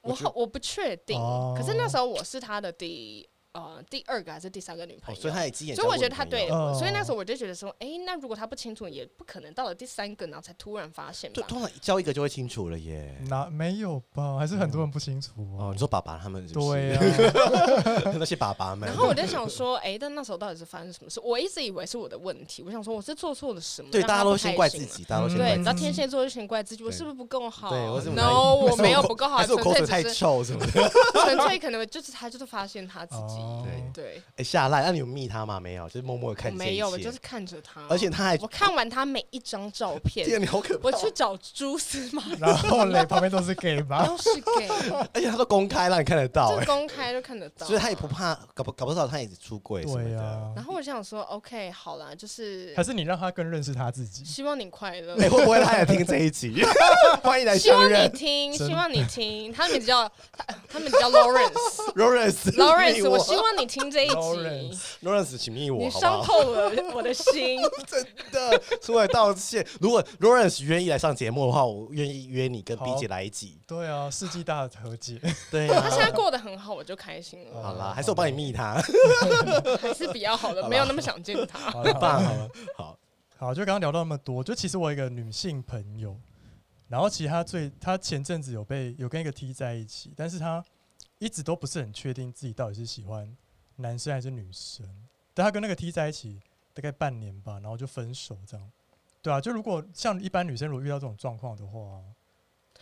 Speaker 3: 我好我不确定
Speaker 2: 哦。
Speaker 3: 可是那时候我是他的第呃第二个还是第三个女朋
Speaker 1: 哦
Speaker 3: 友，
Speaker 1: 所以他也鸡眼。
Speaker 3: 所以我觉得他对
Speaker 2: 了
Speaker 3: 我，所以
Speaker 2: 哦
Speaker 3: 那时候我就觉得说，哎，那如果他不清楚，也不可能到了第三个，然后才突然发现
Speaker 1: 对，
Speaker 3: 吧。
Speaker 1: 通常交一个就会清楚了耶。
Speaker 2: 哪没有吧？还是很多人不清楚
Speaker 1: 哦，
Speaker 2: 哦
Speaker 1: 你。说爸爸他们是不是
Speaker 2: 对，啊，
Speaker 1: <laughs> 那些爸爸们
Speaker 3: 然。后我就想说，哎、但那时候到底是发生什么事？我一直以为是我的问题，我想说我是做错了什么，
Speaker 1: 对，
Speaker 3: 让
Speaker 1: 大家
Speaker 3: 他
Speaker 1: 都
Speaker 3: 不
Speaker 1: 先
Speaker 3: 开
Speaker 1: 怪
Speaker 3: 心
Speaker 1: 自
Speaker 3: 了
Speaker 1: 己，大家都先
Speaker 2: 嗯
Speaker 1: 怪自
Speaker 3: 对，
Speaker 1: 己
Speaker 3: 你知道天蝎座就先怪自己，我
Speaker 1: 对
Speaker 3: 是不是不够好？
Speaker 1: 对我是不是哪里
Speaker 3: no，我
Speaker 1: 还是
Speaker 3: 没有
Speaker 1: 口
Speaker 3: 不够好，
Speaker 1: 还是我
Speaker 3: 纯
Speaker 1: 口水
Speaker 3: 粹只
Speaker 1: 太
Speaker 3: 是
Speaker 1: 臭什么的。
Speaker 3: <laughs> 纯粹可能就是他就是发现他自己，
Speaker 2: 哦
Speaker 1: 对
Speaker 3: 对，
Speaker 1: 哎，下烂，那你有密他吗？没有，就是默默地
Speaker 3: 我
Speaker 1: 看见
Speaker 3: 没有，
Speaker 1: 一
Speaker 3: 我
Speaker 1: 切
Speaker 3: 就是看着他，
Speaker 1: 而且他还
Speaker 3: 我看完他每一张照
Speaker 1: <laughs>
Speaker 3: 片，
Speaker 1: 天，你好可怕
Speaker 3: 我！去找蛛丝马 <laughs> 迹，
Speaker 2: 然后嘞，旁边都是 gay 吧？
Speaker 3: 都是给，
Speaker 1: 啊而且他都公开让你看得到，
Speaker 3: 就
Speaker 1: 哎，
Speaker 3: 公开就看得到，
Speaker 1: 所以他也不。怕，搞不搞不到他也是出柜什么
Speaker 2: 对
Speaker 1: 的。
Speaker 2: 啊，
Speaker 3: 然后我就想说，OK，好啦，就是
Speaker 2: 还是你让他更认识他自己。
Speaker 3: 希望你快乐。
Speaker 1: 哎，会不会他也听这一集？ <laughs> 欢迎来
Speaker 3: 希望
Speaker 1: 相
Speaker 3: 你
Speaker 1: 认
Speaker 3: 听，
Speaker 1: <laughs>
Speaker 2: 真
Speaker 3: 希望你听。他的名字叫他，他名字叫 Lawrence，Lawrence，
Speaker 1: ，Lawrence，
Speaker 3: 我希希望你听这一集
Speaker 2: Lawrence，
Speaker 1: Lawrence，请密我
Speaker 3: 你
Speaker 1: 好
Speaker 3: 伤
Speaker 1: 不好？
Speaker 3: 透了我的心。
Speaker 1: 真的 <laughs> 出来道歉。如果 Lawrence 愿意来上节目的话，我愿意约你跟
Speaker 2: 好
Speaker 1: B 姐来一集。
Speaker 2: 对啊，世纪大和解，
Speaker 1: 对啊
Speaker 3: 他现在过得很好，我就开心了，
Speaker 1: 好啦，还是我帮你密他，
Speaker 3: 还是比较好的，
Speaker 1: 哦好啦
Speaker 3: 没有那么想见他。
Speaker 2: 好
Speaker 1: 很
Speaker 2: 啦
Speaker 1: 棒，好了，好，
Speaker 2: 好，就刚刚聊到那么多，就其实我有一个女性朋友，然后其实她最她前阵子有被有跟一个 T 在一起，但是她一直都不是很确定自己到底是喜欢男生还是女生。但她跟那个 T 在一起大概半年吧，然后就分手这样。对啊，就如果像一般女生如果遇到这种状况的话，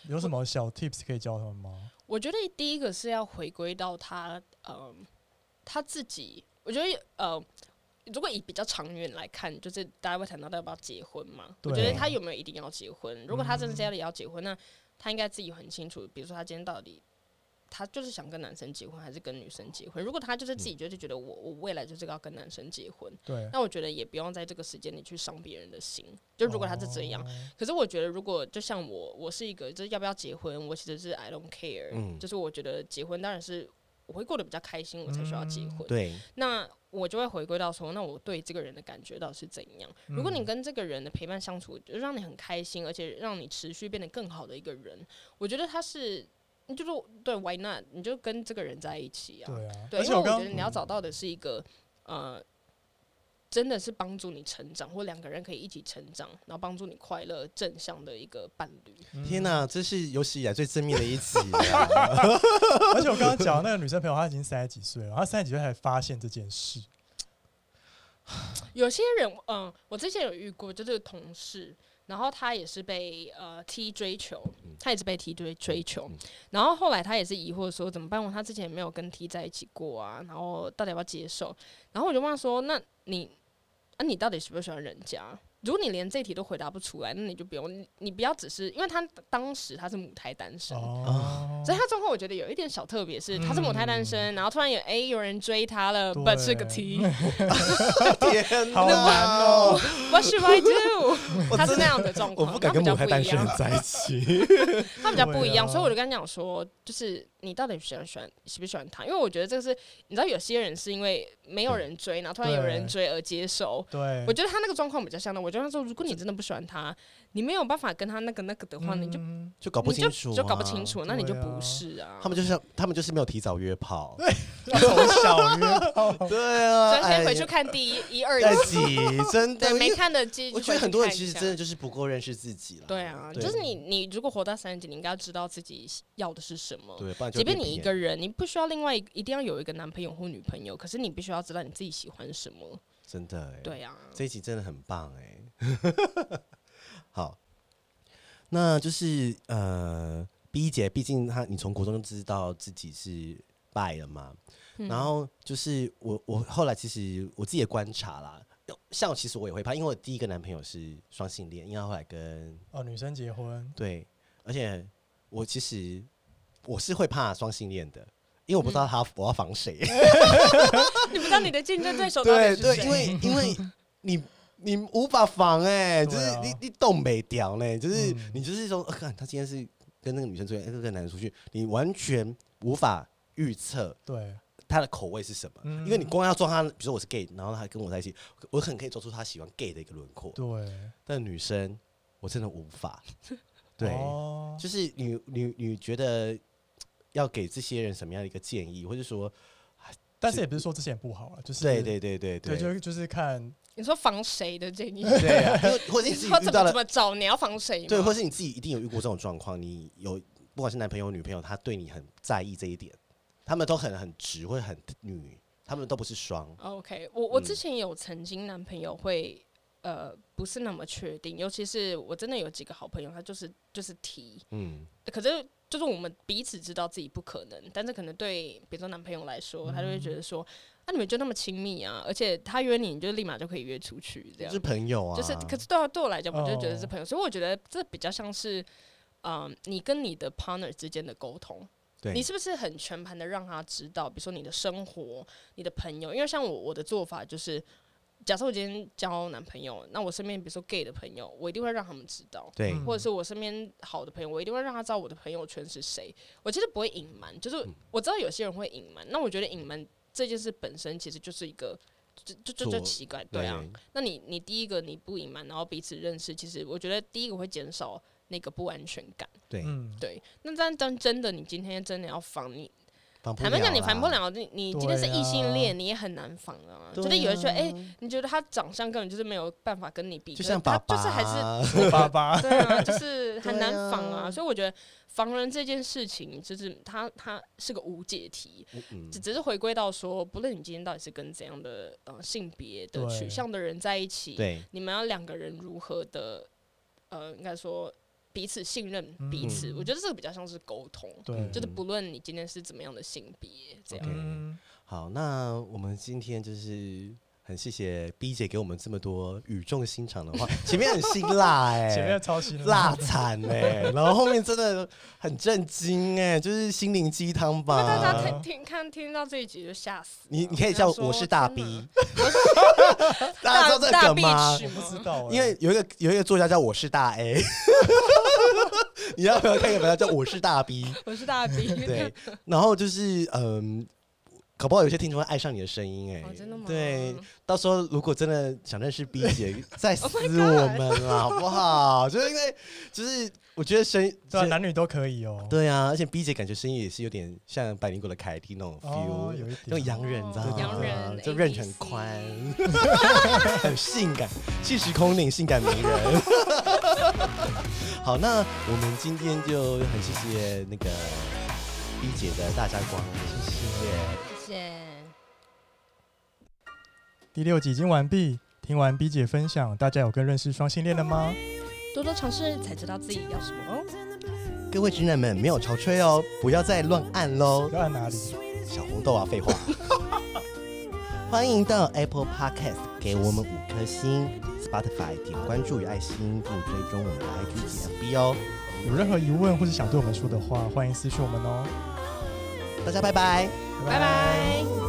Speaker 2: 有什么小 tips 可以教他们吗？
Speaker 3: 我觉得第一个是要回归到他，嗯、他自己。我觉得，呃，如果以比较长远来看，就是大家会谈到要不要结婚嘛。我
Speaker 2: 对
Speaker 3: 觉得他有没有一定要结婚？如果他真的是
Speaker 1: 嗯
Speaker 3: 要要结婚，那他应该自己很清楚，比如说他今天到底。他就是想跟男生结婚，还是跟女生结婚？如果他就是自
Speaker 1: 嗯
Speaker 3: 己就是觉得我我未来就是要跟男生结婚，
Speaker 2: 对，
Speaker 3: 那我觉得也不用在这个时间里去伤别人的心。就如果他是这样，
Speaker 2: 哦，
Speaker 3: 可是我觉得，如果就像我，我是一个就是要不要结婚，我其实是 I don't care，、
Speaker 1: 嗯
Speaker 3: 就是我觉得结婚当然是我会过得比较开心，我才需要结婚。
Speaker 1: 嗯对，
Speaker 3: 那我就会回归到说，那我对这个人的感觉到底是怎样？如果
Speaker 1: 嗯
Speaker 3: 你跟这个人的陪伴相处，就让你很开心，而且让你持续变得更好的一个人，我觉得他是，你就说对，Why not？你就跟这个人在一起啊。
Speaker 2: 对啊，
Speaker 3: 对，
Speaker 2: 而
Speaker 3: 因
Speaker 2: 且
Speaker 3: 为
Speaker 2: 我
Speaker 3: 我觉
Speaker 2: 刚
Speaker 3: 得你要找到的是一个、呃，真的是帮助你成长，或两个人可以一起成长，然后帮助你快乐正向的一个伴侣。
Speaker 2: 嗯
Speaker 1: 天哪，这是有史以来最正面的一集啊了。
Speaker 2: 而且我刚刚讲的那个女生朋友，她已经三十几岁了，她三十几岁才发现这件事。
Speaker 3: 有些人，嗯、我之前有遇过，就是同事，然后他也是被呃 T 追求，
Speaker 2: 嗯
Speaker 3: 他也是被 T 追追求，然后后来他也是疑惑说怎么办？我他之前也没有跟 T 在一起过啊，然后到底要不要接受？然后我就问他说，那你，啊，你到底喜不喜欢人家？如果你连这题都回答不出来，那你就不用，你你不要只是因为他当时他是母胎单身，
Speaker 2: 哦
Speaker 3: 所以他状况我觉得有一点小特别，是他是母胎单身，然后突然有哎、有人追他了
Speaker 2: 嗯对
Speaker 3: ，but 是个
Speaker 2: <laughs>
Speaker 3: T，
Speaker 1: 天
Speaker 2: <laughs> 好难哦！
Speaker 3: What should I do？
Speaker 1: <laughs> 我
Speaker 3: 他是那样的状
Speaker 1: 我
Speaker 3: 况，
Speaker 1: 不敢跟母胎单身
Speaker 3: 他比较不
Speaker 1: 人
Speaker 3: 一样
Speaker 1: 在一起。
Speaker 3: 他比较不一样，
Speaker 2: 对啊
Speaker 3: 所以我就跟他讲说，就是你到底喜欢喜欢喜不喜欢他？因为我觉得这个是，你知道有些人是因为没有人追，然后突然有人追而接
Speaker 2: <laughs>
Speaker 3: 受。
Speaker 2: 对，
Speaker 3: 我觉得他那个状况比较像的，我就跟他说，如果你真的不喜欢他，你没有办法跟他那个那个的话，你就
Speaker 2: 嗯
Speaker 1: 就搞不
Speaker 3: 你
Speaker 1: 清
Speaker 3: 就
Speaker 1: 楚、啊
Speaker 3: 就搞不清。楚，那你就
Speaker 2: 对啊
Speaker 3: 不是啊。
Speaker 1: 他们就是他们就是没有提早约炮。
Speaker 2: 从小约炮，
Speaker 1: <laughs> 对啊
Speaker 3: 所以先回去
Speaker 1: 哎
Speaker 3: 看第一一二
Speaker 1: 在
Speaker 3: 集，
Speaker 1: 挤，真的
Speaker 3: 对，。没
Speaker 1: 因为
Speaker 3: 看的记。
Speaker 1: 我觉得很多人
Speaker 3: 回去
Speaker 1: 其
Speaker 3: 看一
Speaker 1: 实
Speaker 3: 下
Speaker 1: 真的就是不够认识自己了。
Speaker 3: 对啊，就是你你如果活到三十几，你应该要知道自己要的是什么。
Speaker 1: 对，不然就
Speaker 3: 即便
Speaker 1: 被
Speaker 3: 你一
Speaker 1: 骗
Speaker 3: 个人，你不需要另外一一定要有一个男朋友或女朋友，可是你必须要知道你自己喜欢什么。
Speaker 1: 真的哎，
Speaker 3: 对啊，
Speaker 1: 这一集真的很棒哎、 <laughs> 好，那就是呃，B 姐，毕竟她你从国中就知道自己是败了嘛，然后就是我我后来其实我自己的观察啦，像其实我也会怕，因为我第一个男朋友是双性恋，因为他后来跟
Speaker 2: 哦，女生结婚，
Speaker 1: 对，而且我其实我是会怕双性恋的。因为我不知道他我要防谁，
Speaker 3: 你不知道你的竞争对手到
Speaker 1: 对
Speaker 3: 底是
Speaker 1: 对，
Speaker 3: 谁
Speaker 1: 因
Speaker 2: <laughs>
Speaker 1: 为因为你你无法防哎、就
Speaker 2: 对
Speaker 1: 是
Speaker 2: 啊
Speaker 1: 你你动北屌呢，就是、
Speaker 2: 嗯
Speaker 1: 你就是说，呃看、他今天是跟那个女生出去，哎跟那个男生出去，你完全无法预测
Speaker 2: 对，
Speaker 1: 他的口味是什么，
Speaker 2: 嗯
Speaker 1: 因为你光要抓他，比如说我是 gay，然后他跟我在一起，我很可以抓出他喜欢 gay 的一个轮廓，
Speaker 2: 对，
Speaker 1: 但女生我真的无
Speaker 2: <laughs>
Speaker 1: 法，对，
Speaker 2: 哦
Speaker 1: 就是你你你觉得要给这些人什么样的一个建议，或者说，
Speaker 2: 但是也不是说之前不好了，就是
Speaker 1: 对对对对
Speaker 2: 对，就是就是看，
Speaker 3: 你说防谁的建
Speaker 1: <laughs>
Speaker 3: 议？
Speaker 1: 对啊，因为或者你
Speaker 3: 你
Speaker 1: 自己
Speaker 3: 说
Speaker 1: 遇
Speaker 3: 怎
Speaker 1: 到
Speaker 3: 么
Speaker 1: 了
Speaker 3: 怎么找？你要防谁吗？
Speaker 1: 对，或是你自己一定有遇过这种状况，你有不管是男朋友、女朋友，他对你很在意这一点，他们都很很直，会很女，他们都不是双，
Speaker 3: OK，我我
Speaker 1: 嗯
Speaker 3: 之前有曾经男朋友会呃不是那么确定，尤其是我真的有几个好朋友，他就是就是提，
Speaker 1: 嗯，
Speaker 3: 可是就是我们彼此知道自己不可能，但是可能对比如说男朋友来说，他就会
Speaker 1: 嗯
Speaker 3: 觉得说，啊你们就那么亲密啊，而且他约你，你就立马就可以约出去这
Speaker 1: 就
Speaker 3: 样
Speaker 1: 是，朋友啊，
Speaker 3: 就是可是对我对我来讲，我就觉得
Speaker 2: 哦
Speaker 3: 是朋友，所以我觉得这比较像是。嗯，你跟你的 partner 之间的沟通，
Speaker 1: 对，
Speaker 3: 你是不是很全盘的让他知道，比如说你的生活、你的朋友？因为像我我的做法就是，假设我今天交男朋友，那我身边比如说 gay 的朋友，我一定会让他们知道。
Speaker 1: 对，
Speaker 2: 嗯
Speaker 3: 或者是我身边好的朋友，我一定会让他知道我的朋友圈是谁。我其实不会隐瞒，就是我知道有些人会隐瞒，那我觉得隐瞒这件事本身其实就是一个。就就就就
Speaker 1: 做
Speaker 3: 奇怪，对啊。那你你第一个你不隐瞒，然后彼此认识，其实我觉得第一个会减少那个不安全感。
Speaker 1: 对，
Speaker 2: 嗯，
Speaker 3: 对，那这样当真的，你今天真的要防你，
Speaker 1: 防不啊
Speaker 3: 坦白讲，你
Speaker 1: 啦
Speaker 3: 防不。了。你你今天是
Speaker 2: 对啊
Speaker 3: 异性恋，你也很难防啊。
Speaker 1: 对
Speaker 3: 觉得有人说，
Speaker 1: 啊
Speaker 3: 哎、你觉得他长相根本就是没有办法跟你比，
Speaker 1: 就
Speaker 3: 可是
Speaker 1: 像爸爸，啊
Speaker 3: 他就是还是
Speaker 1: 是
Speaker 2: 我爸
Speaker 1: <laughs>
Speaker 2: 爸，
Speaker 3: 对啊，就是很难防
Speaker 1: 对
Speaker 3: 啊。
Speaker 1: 啊
Speaker 3: 所以我觉得防人这件事情，就是它它是个无解题，
Speaker 1: 嗯
Speaker 3: 只只是回归到说，不论你今天到底是跟怎样的呃性别的
Speaker 2: 对
Speaker 3: 取向的人在一起，
Speaker 1: 对
Speaker 3: 你们要两个人如何的，呃，应该说彼此信任彼此，
Speaker 2: 嗯
Speaker 3: 我觉得这个比较像是沟通，
Speaker 2: 对，
Speaker 3: 就是
Speaker 1: 嗯
Speaker 3: 不论你今天是怎么样的性别，这样。
Speaker 1: OK
Speaker 2: 嗯，
Speaker 1: 好。那我们今天就是很谢谢 B 姐给我们这么多语重心长
Speaker 3: <laughs>
Speaker 1: 的话，前面很辛辣哎、
Speaker 2: 前面超辛
Speaker 1: 辣惨哎、然后后面真的很震惊哎、就是心灵鸡汤吧。
Speaker 3: 大家
Speaker 2: 太
Speaker 3: 听听看，听到这一集就吓死
Speaker 1: 啊
Speaker 2: 哦
Speaker 3: 了。
Speaker 1: 你你可以叫
Speaker 3: 想说
Speaker 1: 我是大
Speaker 3: 天哪 <laughs>
Speaker 1: B，大家知道这个
Speaker 3: 大
Speaker 1: 梗吗
Speaker 3: B ？
Speaker 2: 不知道欸，
Speaker 1: 因为有一个有一个作家叫我是大 A，你要不要看一个文章叫我是大
Speaker 3: <laughs>
Speaker 1: B？
Speaker 3: 我是大 B，
Speaker 1: 对，然后就是嗯。搞不好有些听众会爱上你的声音哎、
Speaker 3: 哦真的吗
Speaker 1: 对，到时候如果真的想认识 B 姐，
Speaker 3: <laughs>
Speaker 1: 再
Speaker 3: Oh
Speaker 1: 私我们啊啦，好不好？ <laughs> 就是因为就是我觉得声
Speaker 2: 对啊
Speaker 1: 这
Speaker 2: 男女都可以哦，
Speaker 1: 对啊，而且 B 姐感觉声音也是有点像百灵果的凯蒂那种 feel，、
Speaker 2: 哦有一
Speaker 1: 那种
Speaker 2: 点
Speaker 1: 洋人，你知道吗？
Speaker 3: 洋人
Speaker 1: 就
Speaker 3: ABC
Speaker 1: 认很宽， <laughs> 很性感，气时空灵，性感迷人。 <laughs> 好，那我们今天就很谢谢那个 B 姐的大家光临，谢谢。
Speaker 3: 谢谢。
Speaker 2: 第六集已经完毕，听完 B 姐分享，大家有更认识双性恋了吗？
Speaker 3: 多多尝试才知道自己要什么哦。
Speaker 1: 各位直男们没有潮吹哦，不要再乱按喽。
Speaker 2: 要按哪里？
Speaker 1: 小红豆啊，废话。 <laughs> 欢迎到 Apple Podcast 给我们五颗星，Spotify 点关注与爱心，并追踪我们的 IG 及 FB 哦。
Speaker 2: 有任何疑问或是想对我们说的话，欢迎私讯我们哦。
Speaker 1: 大家拜拜。
Speaker 3: 拜拜。